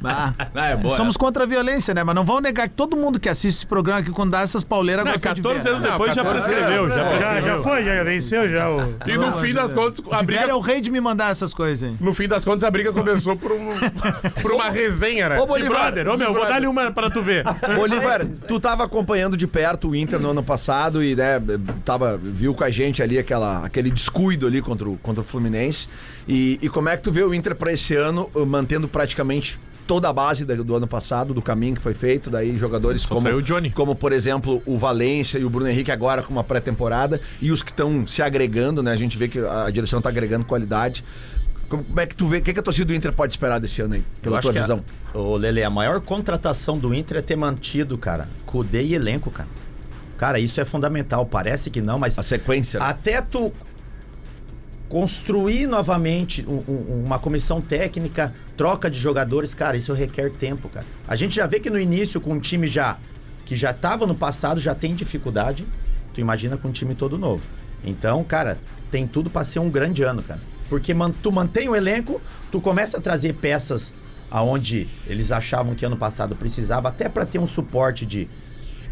S2: Bah.
S3: Ah, é boa.
S2: Somos contra a violência, né? Mas não vão negar que todo mundo que assiste esse programa aqui, quando dá essas pauleiras,
S10: Não,
S2: gosta de
S10: 14
S2: ver. né?
S10: anos depois já
S8: 14
S10: prescreveu.
S8: anos,
S10: já
S8: é.
S6: Já, já
S10: prescreveu.
S6: foi, já venceu já o...
S8: E no fim das contas, a
S2: Tiver é
S8: briga.
S2: o rei de me mandar essas coisas, hein?
S8: No fim das contas, a briga começou por, um, por uma resenha, né?
S10: De brother, ô meu, vou dar-lhe uma pra tu ver.
S4: Oliver, tu tava acompanhando de perto o Inter no ano passado e né, tava, viu com a gente ali aquela, aquele descuido ali contra o, contra o Fluminense. E, e como é que tu vê o Inter pra esse ano, eh, mantendo praticamente toda a base da- do ano passado, do caminho que foi feito, daí jogadores como,
S10: saiu o Johnny.
S4: como, por exemplo, o Valência e o Bruno Henrique agora com uma pré-temporada e os que estão se agregando, né? A gente vê que a direção tá agregando qualidade. Como, como é que tu vê? O que, que a torcida do Inter pode esperar desse ano aí,
S7: Eu
S4: pela
S7: acho
S4: tua
S7: que é a-
S4: visão?
S7: Ô, Lele, a maior contratação do Inter é ter mantido, cara, Cudê e elenco, cara. Cara, isso é fundamental. Parece que não, mas
S4: A sequência. né?
S7: até tu construir novamente um- um- uma comissão técnica, troca de jogadores, cara, isso requer tempo, cara. A gente já vê que no início, com um time já que já estava no passado, já tem dificuldade, tu imagina com um time todo novo. Então, cara, tem tudo pra ser um grande ano, cara. Porque man- tu mantém o elenco, tu começa a trazer peças aonde eles achavam que ano passado precisava, até pra ter um suporte de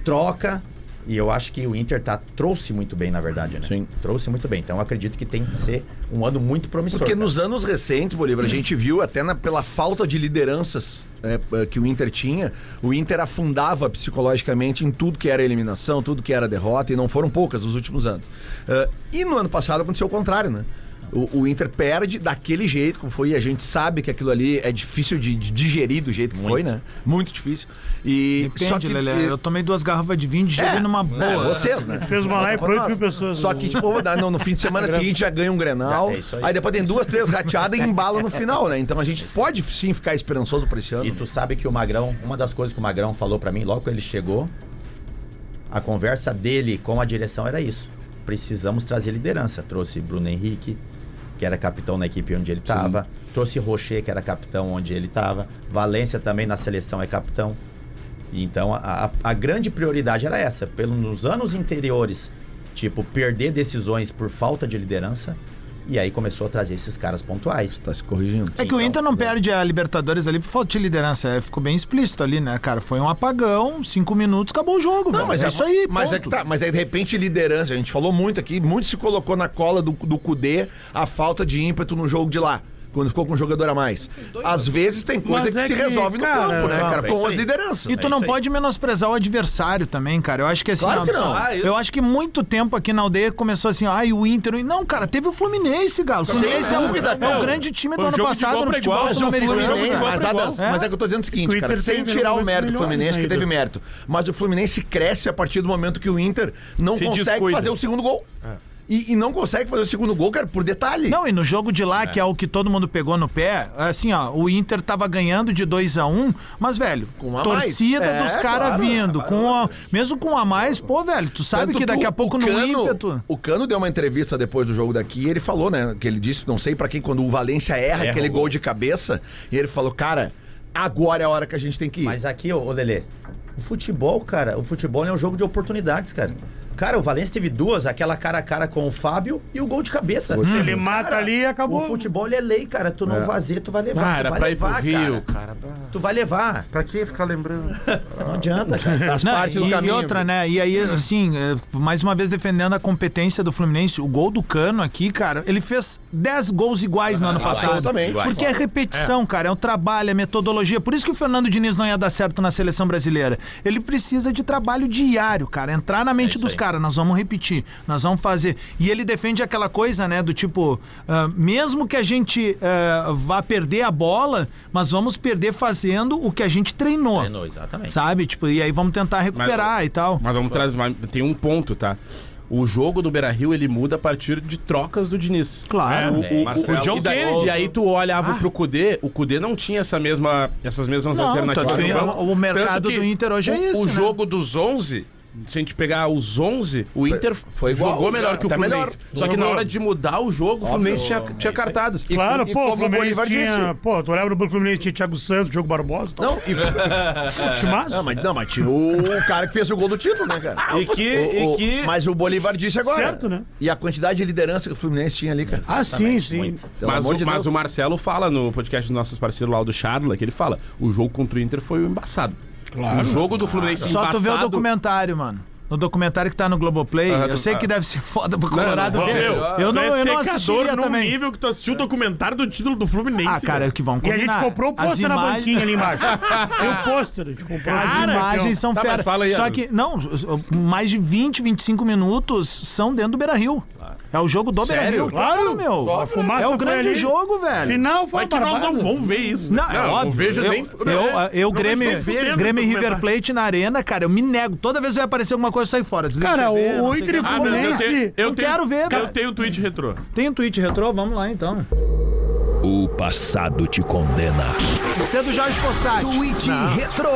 S7: troca. E eu acho que o Inter tá, trouxe muito bem, na verdade, né?
S4: Sim.
S7: Trouxe muito bem. Então eu acredito que tem que ser um ano muito promissor.
S4: Porque
S7: cara.
S4: nos anos recentes, Bolívar, a gente viu até na- pela falta de lideranças é, é, que o Inter tinha, o Inter afundava psicologicamente em tudo que era eliminação, tudo que era derrota, e não foram poucas nos últimos anos. É, e no ano passado aconteceu o contrário, né? O, o Inter perde daquele jeito como foi, e a gente sabe que aquilo ali é difícil de, de digerir do jeito que foi, né? Muito difícil. E
S2: Depende,
S4: só que
S2: Lelé. Eu tomei duas garrafas de vinho e digeri numa boa.
S4: é, vocês, né?
S6: Fez uma live pra 8 mil pessoas.
S4: Só que, tipo, no, no fim de semana seguinte já ganha um Grenal.
S7: É
S4: aí.
S7: isso aí.
S4: depois tem duas, três rateadas e embala no final, né? Então a gente pode sim ficar esperançoso pra esse ano.
S7: E tu sabe que o Magrão, uma das coisas que o Magrão falou pra mim logo quando ele chegou, a conversa dele com a direção era isso. Precisamos trazer liderança. Trouxe Bruno Henrique, que era capitão na equipe onde ele estava. Trouxe Rocher, que era capitão onde ele estava. Valência também na seleção é capitão. E Então a, a- a grande prioridade era essa. Pelo, nos anos anteriores, tipo, perder decisões por falta de liderança. E aí começou a trazer esses caras pontuais.
S4: Tá se corrigindo.
S2: É que o Inter não perde a Libertadores ali por falta de liderança. É, ficou bem explícito ali, né, cara? Foi um apagão, cinco minutos, acabou o jogo, velho. é isso aí,
S4: Mas é
S2: ponto.
S4: que tá, mas aí, de repente liderança, a gente falou muito aqui, muito se colocou na cola do, do Cudê a falta de ímpeto no jogo de lá. Quando ficou com um jogador a mais. Às vezes tem coisa
S6: Mas
S4: que
S6: é
S4: se
S6: que,
S4: resolve no
S6: cara,
S4: campo, né,
S6: não,
S4: cara?
S7: é
S4: Com
S7: isso
S4: as
S7: aí.
S4: lideranças.
S2: E tu não pode menosprezar o adversário também, cara. Eu acho que assim,
S4: Claro
S2: ó,
S4: que não. Ah,
S2: pessoal, eu acho que muito tempo aqui na aldeia começou assim, ai, o Inter. o Inter." Não, cara, teve o Fluminense, Galo. O Fluminense é, o, é o grande time do
S10: Foi um
S2: ano
S10: jogo de
S2: passado
S10: igual
S2: no
S10: pra igual,
S2: futebol
S10: mas o
S4: um
S10: Fluminense
S2: sul-americano.
S10: jogou igual
S4: mas,
S10: pra
S4: Adams,
S2: igual.
S4: né? mas é que eu tô dizendo o seguinte,
S6: O
S4: cara,
S6: Inter
S4: sem
S6: teve
S4: tirar o
S6: momentos
S4: mérito do
S6: melhores
S4: Fluminense, que
S6: ainda.
S4: teve mérito. Mas o Fluminense cresce a partir do momento que o Inter não
S10: Se
S4: consegue
S10: descuida.
S4: fazer o segundo gol. E, e não consegue fazer o segundo gol, cara, por detalhe.
S2: Não, e no jogo de lá, que é o que todo mundo pegou no pé, assim, ó, o Inter tava ganhando de 2 a 1 um, mas, velho,
S4: Com um a
S2: torcida
S4: mais. É,
S2: dos caras
S4: claro,
S2: vindo. com a- mesmo com um a mais, pô, velho, tu sabe
S4: Tanto
S2: que daqui
S4: o-
S2: a pouco
S4: o
S2: no
S4: Cano-
S2: ímpeto.
S4: O Cano deu uma entrevista depois do jogo daqui e ele falou, né? Que ele disse, não sei pra quem, quando o Valência erra,
S7: Erra
S4: aquele
S7: o
S4: gol.
S7: gol.
S4: de cabeça, e ele falou, cara, agora é a hora que a gente tem que ir.
S7: Mas aqui, ô ô, Lelê, o futebol, cara, o futebol é um jogo de oportunidades, cara. Cara, o Valencia teve duas, aquela cara a cara com o Fábio e o gol de cabeça. Hum.
S6: Ele mata ali e acabou.
S7: O futebol ele é lei, cara. Tu não fazer, tu vai levar.
S8: Cara,
S7: tu vai
S8: pra ir pro
S7: levar,
S8: Rio,
S7: cara. Tu vai levar.
S10: Pra que ficar lembrando?
S7: Não adianta, cara.
S2: Não,
S4: parte do
S2: e,
S4: caminho. Uhum.
S2: e outra, né? E aí, assim, é, mais uma vez defendendo a competência do Fluminense, o gol do Cano aqui, cara, ele fez 10 gols iguais no ano passado.
S4: Uhum. Exatamente.
S2: Porque é repetição, cara, é um trabalho, é metodologia. Por isso que o Fernando Diniz não ia dar certo na seleção brasileira. Ele precisa de trabalho diário, cara. Entrar
S4: É
S2: na mente dos caras, nós vamos repetir, nós vamos fazer. E ele defende aquela coisa, né, do tipo, ah, mesmo que a gente ah, vá perder a bola, mas vamos perder fazendo o que a gente treinou.
S7: Treinou, exatamente.
S2: Sabe? Tipo, e aí vamos tentar recuperar e tal.
S8: Mas vamos trazer. mas Tem um ponto, tá? O jogo do Beira Rio ele muda a partir de trocas do Diniz.
S2: Claro.
S8: O, o,
S3: Marcelo
S8: o John
S3: e daí-
S8: Kennedy. É, Ah. E aí tu olhava pro Cudê, o Cudê não tinha essa mesma, essas mesmas
S2: Não,
S8: alternativas. Então,
S2: tanto que
S8: no banco.
S2: o- o mercado
S8: Tanto que
S2: do Inter hoje é
S8: o-
S2: esse,
S8: O
S2: né?
S8: jogo dos 11, se a gente pegar os 11, o Inter
S4: foi igual,
S8: jogou melhor que o
S4: tá
S8: Fluminense. Só que na hora de mudar o jogo, o Fluminense tinha, tinha cartadas. E-
S6: Claro,
S4: e
S6: pô,
S4: como
S6: o
S4: o
S6: Fluminense
S4: Bolívar
S6: tinha.
S4: disse.
S6: Pô, tu olhava no Fluminense, tinha Thiago Santos, Diogo Barbosa. Não,
S4: Não, e- não, mas, não, mas tirou o cara que fez o gol do título, né, cara?
S3: E que-
S4: O- o-
S3: e que-
S4: Mas o Bolívar disse agora.
S6: Certo, né?
S4: E a quantidade de liderança que o Fluminense tinha ali, cara.
S6: ah, sim, sim.
S4: Pelo
S8: Mas,
S4: amor
S8: o,
S4: de
S8: mas
S4: Deus.
S8: o Marcelo fala no podcast dos nossos parceiros lá, o do Charla, que ele fala: o jogo contra o Inter foi o embaçado. O jogo do Fluminense
S2: Só tu vê o
S8: É. embaçado-
S2: documentário, mano. No documentário que tá no Globoplay,
S8: Aham,
S2: eu
S8: tu-
S2: sei que
S8: ah.
S2: deve ser foda pro Colorado ver.
S10: meu,
S2: eu não,
S10: tu é
S2: eu não
S10: secador
S2: assistiria
S10: num
S2: também.
S10: nível que tu assistiu o documentário do título do Fluminense.
S2: Ah, cara, é o que vão
S6: E
S2: combinar.
S6: a gente comprou o
S2: As
S6: pôster na
S2: imagens-
S6: banquinha ali embaixo. Tem o pôster, a gente comprou.
S2: As
S6: Cara,
S2: imagens
S6: que
S2: são
S8: Tá, mas
S2: fera.
S8: fala aí,
S2: Só
S8: Adams.
S2: que, não, mais de 20, 25 minutos são dentro do Beira Rio. É o jogo do Beira Rio.
S6: Claro,
S2: meu.
S6: Só a fumaça
S2: é o
S6: foi
S2: grande
S6: ali.
S2: jogo,
S6: ó.
S2: velho.
S6: Final foi
S10: Vai que nós não vamos ver isso.
S2: Não, é
S8: Não, eu
S2: óbvio.
S8: vejo
S2: eu,
S8: nem-
S2: eu,
S8: é,
S2: eu, Grêmio,
S10: vejo nem fudendo
S2: Grêmio e
S10: esse
S2: River
S10: documentário.
S2: Plate na arena, cara, eu me nego. Toda vez que vai aparecer alguma coisa, sai fora. desligo
S6: Cara,
S2: a TV,
S6: o
S2: não sei
S6: Inter
S2: que.
S6: e o
S10: mas
S2: Ah, mas eu
S6: Fluminense-
S2: tenho- Eu quero ver,
S10: Eu
S2: cara.
S10: tenho o tweet retrô.
S2: Tem o tweet retrô? Vamos lá, então.
S1: O passado te condena.
S2: Você é do Jorge Fossati.
S9: Tweet Retro.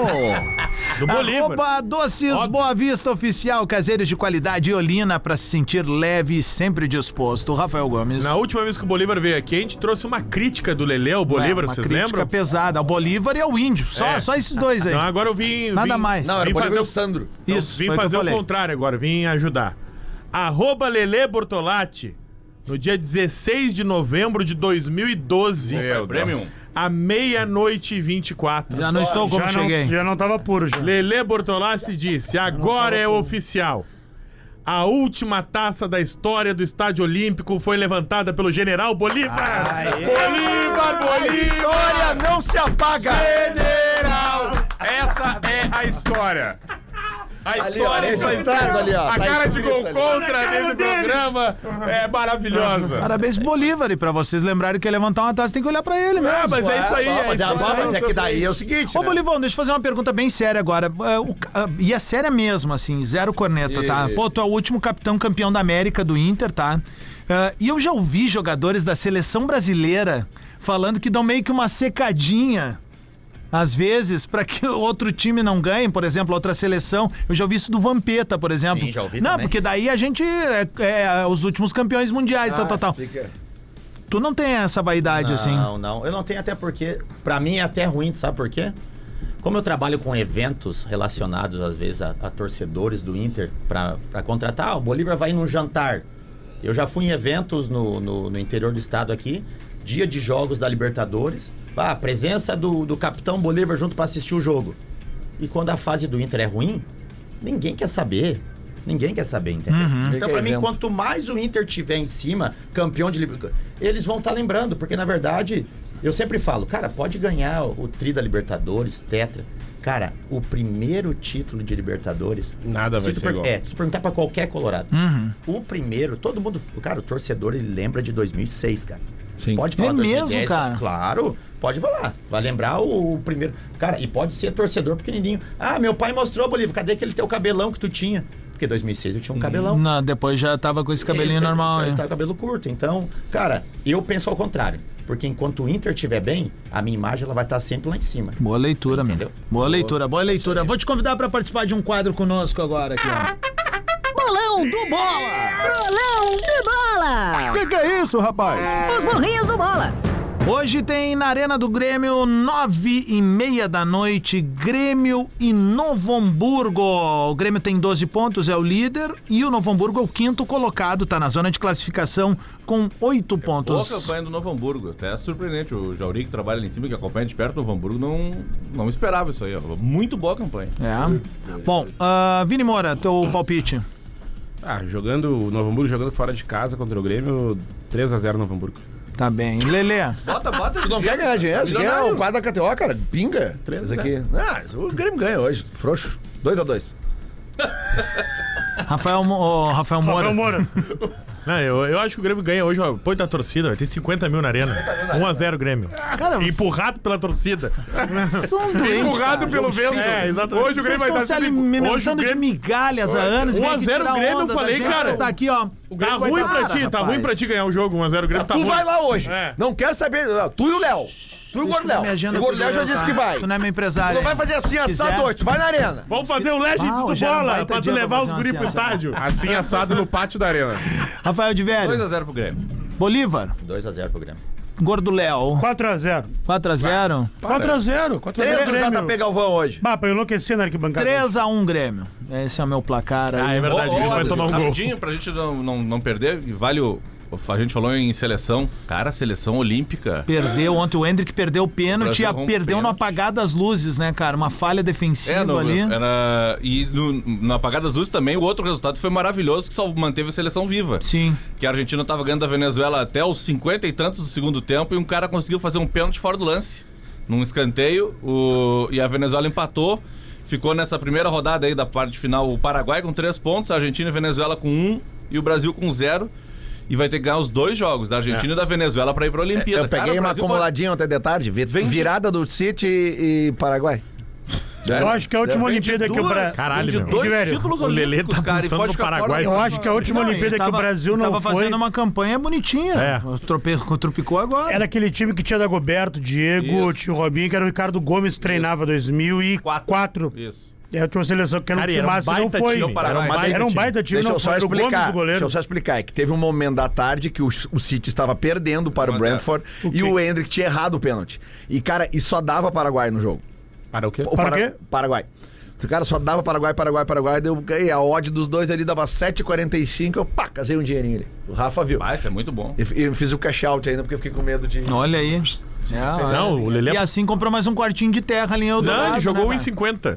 S10: Do Bolívar.
S2: Arroba Doces Boa Vista Oficial, caseiros de qualidade e olina pra se sentir leve e sempre disposto. Rafael Gomes.
S10: Na última vez que o Bolívar veio aqui, a gente trouxe uma crítica do Lelê ao
S2: É,
S10: Bolívar,
S2: uma
S10: vocês
S2: crítica
S10: lembram?
S2: pesada. O Bolívar e o Índio. Só,
S10: É.
S2: só esses dois aí.
S10: Então agora eu vim.
S2: Nada
S10: vim-
S2: mais.
S4: Não, era
S10: vim
S4: o Bolívar
S10: fazer
S4: e
S10: o
S4: o Sandro.
S10: Então,
S2: Isso,
S10: vim
S2: foi o que eu
S10: fazer o
S2: falei.
S10: contrário agora, vim ajudar. Arroba Lelê Bortolatti, no dia 16 de novembro de 2012,
S4: É.
S3: Meu Deus.
S8: um.
S10: à meia-noite e 24.
S2: Já não estou como
S6: já
S2: cheguei.
S6: Não, já não tava puro, já.
S10: Lelê Bortolassi disse: agora é oficial. A última taça da história do Estádio Olímpico foi levantada pelo general Bolívar. Bolívar, Bolívar!
S4: História não se apaga!
S8: Essa é a história. A história
S9: ó,
S8: está
S9: registrado
S8: escrita.
S9: ali, ó,
S8: A
S9: tá
S8: cara de
S9: escrito
S8: gol
S9: ali.
S8: contra desse programa é maravilhosa.
S2: Parabéns, Bolívar. E pra vocês lembrarem que levantar uma taça tem que olhar pra ele mesmo.
S8: Ah, mas é isso aí. É
S4: Mas
S8: isso
S4: é, mas é
S8: aí.
S4: que daí é o seguinte.
S2: Ô,
S4: né?
S2: Bolivão, deixa eu fazer uma pergunta bem séria agora. É, o ca- ah, e é séria mesmo, assim, zero corneta, tá? Pô, tu é o último capitão campeão da América do Inter, tá? Ah, e eu já ouvi jogadores da seleção brasileira falando que dão meio que uma secadinha. Às vezes, pra que o outro time não ganhe, por exemplo, outra seleção. Eu já ouvi isso do Vampeta, por exemplo.
S7: Sim, já ouvi
S2: Não,
S7: também.
S2: porque daí a gente é, é os últimos campeões mundiais, tal, tal, tal.
S4: Fica-
S2: Tu não tem essa vaidade, assim.
S7: Não, não. Eu não tenho até porque. Pra mim é até ruim, sabe por quê? Como eu trabalho com eventos relacionados, às vezes, a, a torcedores do Inter pra pra contratar, ah, o Bolívar vai num jantar. Eu já fui em eventos no, no, no interior do estado aqui, dia de jogos da Libertadores. Ah, a presença do, do capitão Bolívar junto pra assistir o jogo. E quando a fase do Inter é ruim, ninguém quer saber. Ninguém quer saber, entendeu?
S4: Fica
S8: Uhum.
S7: Então, pra mim,
S4: evento.
S7: quanto mais o Inter tiver em cima, campeão de Libertadores, eles vão estar lembrando, porque na verdade, eu sempre falo, cara, pode ganhar o Tri da Libertadores, Tetra. Cara, o primeiro título de Libertadores.
S8: Nada
S7: se
S8: vai
S7: tu
S8: ser
S7: per-
S8: igual. Uhum.
S7: É, se tu perguntar pra qualquer Colorado. O primeiro, todo mundo. Cara, o torcedor, ele lembra de 2006, cara.
S4: Sim.
S7: Pode falar
S2: É mesmo,
S7: 2010,
S2: cara?
S7: Claro, pode falar. Vai lembrar o, o primeiro. Cara, e pode ser torcedor pequenininho. Ah, meu pai mostrou, Bolívia, cadê aquele teu cabelão que tu tinha? Porque 2006 eu tinha um cabelão.
S2: Não, depois já tava com esse cabelinho
S7: Ele-
S2: normal, é.
S7: Ele
S2: hein?
S7: tá com cabelo curto. Então, cara, eu penso ao contrário. Porque enquanto o Inter estiver bem, a minha imagem ela vai estar sempre lá em cima.
S2: Boa leitura, meu.
S7: Entendeu?
S2: Boa leitura, boa leitura. Vou te convidar pra participar de um quadro conosco agora aqui, ó.
S11: Bolão do Bola! Bolão do É Bola!
S2: Que que é isso, rapaz?
S11: Os burrinhos do Bola!
S2: Hoje tem na Arena do Grêmio, nove e meia da noite, Grêmio e Novo Hamburgo. O Grêmio tem 12 pontos, é o líder, e o Novo Hamburgo é o quinto colocado, tá na zona de classificação com oito
S3: Boa
S2: pontos.
S3: campanha do Novo Hamburgo. Até é surpreendente. O Jauri, que trabalha ali em cima, que acompanha de perto o Novo Hamburgo, não, não esperava isso aí. Ó. Muito boa campanha.
S2: É. Bom, ah, Vini Moura, teu palpite.
S8: Ah, jogando o Novo Hamburgo, jogando fora de casa contra o Grêmio, 3x0 Novo Hamburgo.
S2: Tá bem. Lelê.
S3: Bota, bota.
S4: Tu não quer ganhar dinheiro? Tu quer
S3: Milionário.
S4: o quadro da KTO, cara? Pinga.
S8: Três,
S4: Isso aqui. Ah, o Grêmio ganha hoje. Frouxo. 2x2.
S2: Rafael, Mo- ô, Rafael Moura.
S6: Rafael Moura.
S5: Não, eu, eu acho que o Grêmio ganha hoje, ó. Põe da torcida, vai ter 50 mil na arena. 1x0 Grêmio.
S2: Cara,
S5: Empurrado pela torcida.
S2: são uns doentes,
S8: Empurrado
S2: cara.
S8: pelo vento.
S5: É, exatamente.
S8: Hoje o
S2: Vocês
S8: Grêmio vai
S2: estão
S8: estar
S2: se
S8: sendo
S5: Hoje o
S2: alimentando de
S5: Grêmio-
S2: migalhas há anos.
S5: 1
S2: vem
S5: a
S2: aqui
S5: 0
S2: tirar
S5: Grêmio, eu
S2: onda da
S5: falei,
S2: gente,
S5: cara.
S2: Tá aqui, ó.
S5: Tá ruim pra
S2: estar-
S5: ti, tá
S2: Rapaz.
S5: ruim pra ti ganhar o jogo 1x0 Grêmio. Tá
S4: tu
S5: ruim.
S4: vai lá hoje.
S5: É.
S4: Não quero saber. ah, Tu e o Léo. Tu e o
S2: Deixa
S4: Gordo
S2: que na minha
S4: Léo.
S2: agenda
S4: O Gordo Léu já
S2: eu,
S4: disse
S2: tá?
S4: que vai.
S2: Tu
S4: Tu
S2: não é meu empresário.
S4: não vai
S2: hein?
S4: fazer assim,
S2: quiser.
S4: assado hoje. Tu vai na arena.
S5: Vamos fazer o Legends
S2: Ah,
S5: do
S2: hoje era um
S5: Bola
S2: baita
S5: pra tu
S2: dia pra
S5: levar os
S2: fazer uma
S5: guris pro
S2: ciência.
S5: estádio.
S8: Assim assado no pátio da Arena.
S2: Rafael de Velho,
S3: 2x0 pro Grêmio.
S2: Bolívar,
S7: 2x0 pro Grêmio.
S2: Gordo Léo,
S6: 4x0.
S2: 4x0.
S6: 4x0. 4x0
S4: Três do
S6: Grêmio.
S4: JP Galvão hoje.
S6: Bah, pra eu enlouquecer na arquibancada.
S2: 3x1 Grêmio. Esse é o meu placar aí.
S5: Ah, é verdade,
S3: Ô,
S5: a
S3: ô,
S5: gente vai
S3: Adri,
S5: tomar um gol.
S3: rapidinho, pra gente não, não, não perder, e vale o. A gente falou em seleção. Cara, a seleção olímpica.
S2: Perdeu ontem, o Hendrick perdeu o pênalti
S3: O Brasil
S2: e a-
S3: errou um
S2: perdeu no
S3: pênalti.
S2: apagar das luzes, né, cara? Uma falha defensiva
S3: É, no,
S2: ali.
S3: era, e no, no Apagar das Luzes também, o outro resultado foi maravilhoso, que só manteve a seleção viva.
S2: Sim.
S3: Que a Argentina tava ganhando da Venezuela até os 50 e tantos do segundo tempo e um cara conseguiu fazer um pênalti fora do lance. Num escanteio, o, e a Venezuela empatou. Ficou nessa primeira rodada aí da parte final o Paraguai com três pontos, a Argentina e a Venezuela com um e o Brasil com zero. E vai ter que ganhar os dois jogos, da Argentina e da Venezuela, pra ir pra Olimpíada.
S4: É. Eu
S3: Cara,
S4: peguei
S3: o
S4: uma
S3: Brasil-
S4: acumuladinha ontem de tarde. vi-
S3: Vende.
S4: Virada do City e e Paraguai.
S3: É.
S6: Eu acho que a última
S3: Vem de
S6: Olimpíada que o
S3: duas-
S6: Brasil.
S5: Caralho,
S3: vem de
S5: meu.
S3: dois
S6: Velho,
S3: títulos
S5: o Lelê
S3: olímpicos,
S5: tá
S3: cara, e
S5: apostando
S3: pode
S5: no
S3: ficar
S5: Paraguai,
S6: Eu
S3: fora
S6: acho que a última
S2: Não, ele
S6: Olimpíada que
S2: tava-
S6: o Brasil não
S2: Tava
S6: foi.
S2: fazendo uma campanha bonitinha.
S5: É.
S2: O trope- o Tropicou agora.
S6: Era aquele time que tinha Dagoberto, Diego,
S3: Isso.
S6: tio Robinho, que era o Ricardo Gomes, treinava 2004.
S3: Isso.
S6: É, tinha uma seleção que era um
S5: Cara, era um
S6: time não
S5: baita
S6: foi.
S5: time,
S6: Era
S5: era um
S6: um
S5: baita
S6: baita, era um
S5: time.
S6: baita time,
S4: Deixa
S6: não
S4: eu só
S6: foi. Era o Gomes,
S4: explicar.
S6: o goleiro.
S4: Deixa eu só explicar. É que teve um momento da tarde que o, o City estava perdendo para
S6: é.
S4: o Brentford e o Hendrick tinha errado o pênalti. E, cara, e só dava Paraguai no jogo.
S8: Para o quê?
S4: O
S6: Para
S4: Para-
S6: quê?
S4: Paraguai. O cara só dava Paraguai, Paraguai, Paraguai. Deu, e a odd dos dois ali dava 7,45. Eu, pá, casei um dinheirinho ali. O Rafa viu.
S3: Ah, isso é muito bom.
S4: E, e eu fiz o cash out ainda porque eu fiquei com medo de.
S2: Olha aí.
S10: Não, o Lelê-
S2: E assim comprou mais um quartinho de terra ali em Eldorado.
S10: Não, ele jogou
S2: né,
S10: 1,50.
S2: cara?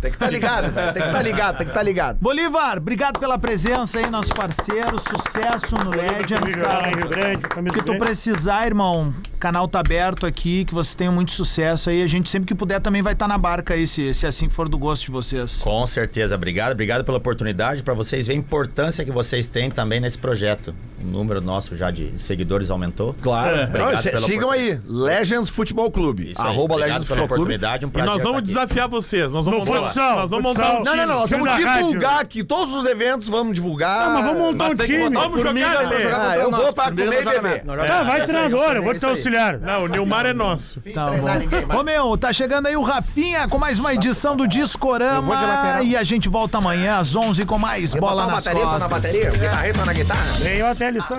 S4: Tem que estar ligado, velho. Tem que estar ligado, tem que estar ligado.
S2: Bolivar, obrigado pela presença aí, nosso parceiro. Sucesso no Legends,
S6: comigo lá
S2: cara.
S6: em Rio Grande,
S2: O
S6: camisa
S2: que
S6: do
S2: tu
S6: Grêmio.
S2: precisar, irmão, canal tá aberto aqui, que você tenha muito sucesso aí. A gente sempre que puder também vai estar na barca aí, se, se assim for do gosto de vocês.
S7: Com certeza, obrigado. Obrigado pela oportunidade para vocês ver a importância que vocês têm também nesse projeto. O número nosso já de seguidores aumentou.
S4: Claro.
S7: Obrigado
S4: Não, cê-
S7: pela
S4: sigam aí, Legends Futebol Clube.
S7: Isso aí,
S4: Arroba
S7: obrigado
S4: Legends
S7: pela
S4: Futebol Clube.
S7: oportunidade, um
S10: E
S7: prazer
S10: nós vamos
S7: estar aqui.
S10: desafiar vocês. Nós vamos
S6: No
S10: montar,
S6: futsal,
S10: nós vamos montar um
S6: futsal.
S10: time.
S4: Não, não, não. Nós
S6: Time
S4: vamos
S6: da
S4: divulgar aqui. Todos os eventos vamos divulgar.
S6: Ah, mas vamos montar um time.
S10: Vamos jogar, né? Lelê.
S4: Ah, eu vou pra comer e beber.
S6: Tá, vai
S10: é
S6: treinador, eu vou te auxiliar.
S10: Não, o Nilmar é nosso.
S2: Tá bom. Ô meu, tá chegando aí o Rafinha com mais uma edição do Discorama. E a gente volta amanhã às 11 com mais Bola nas
S4: bateria, tá na
S2: costas.
S4: bateria, guitarreta na guitarra.
S6: Ganhou até a lição.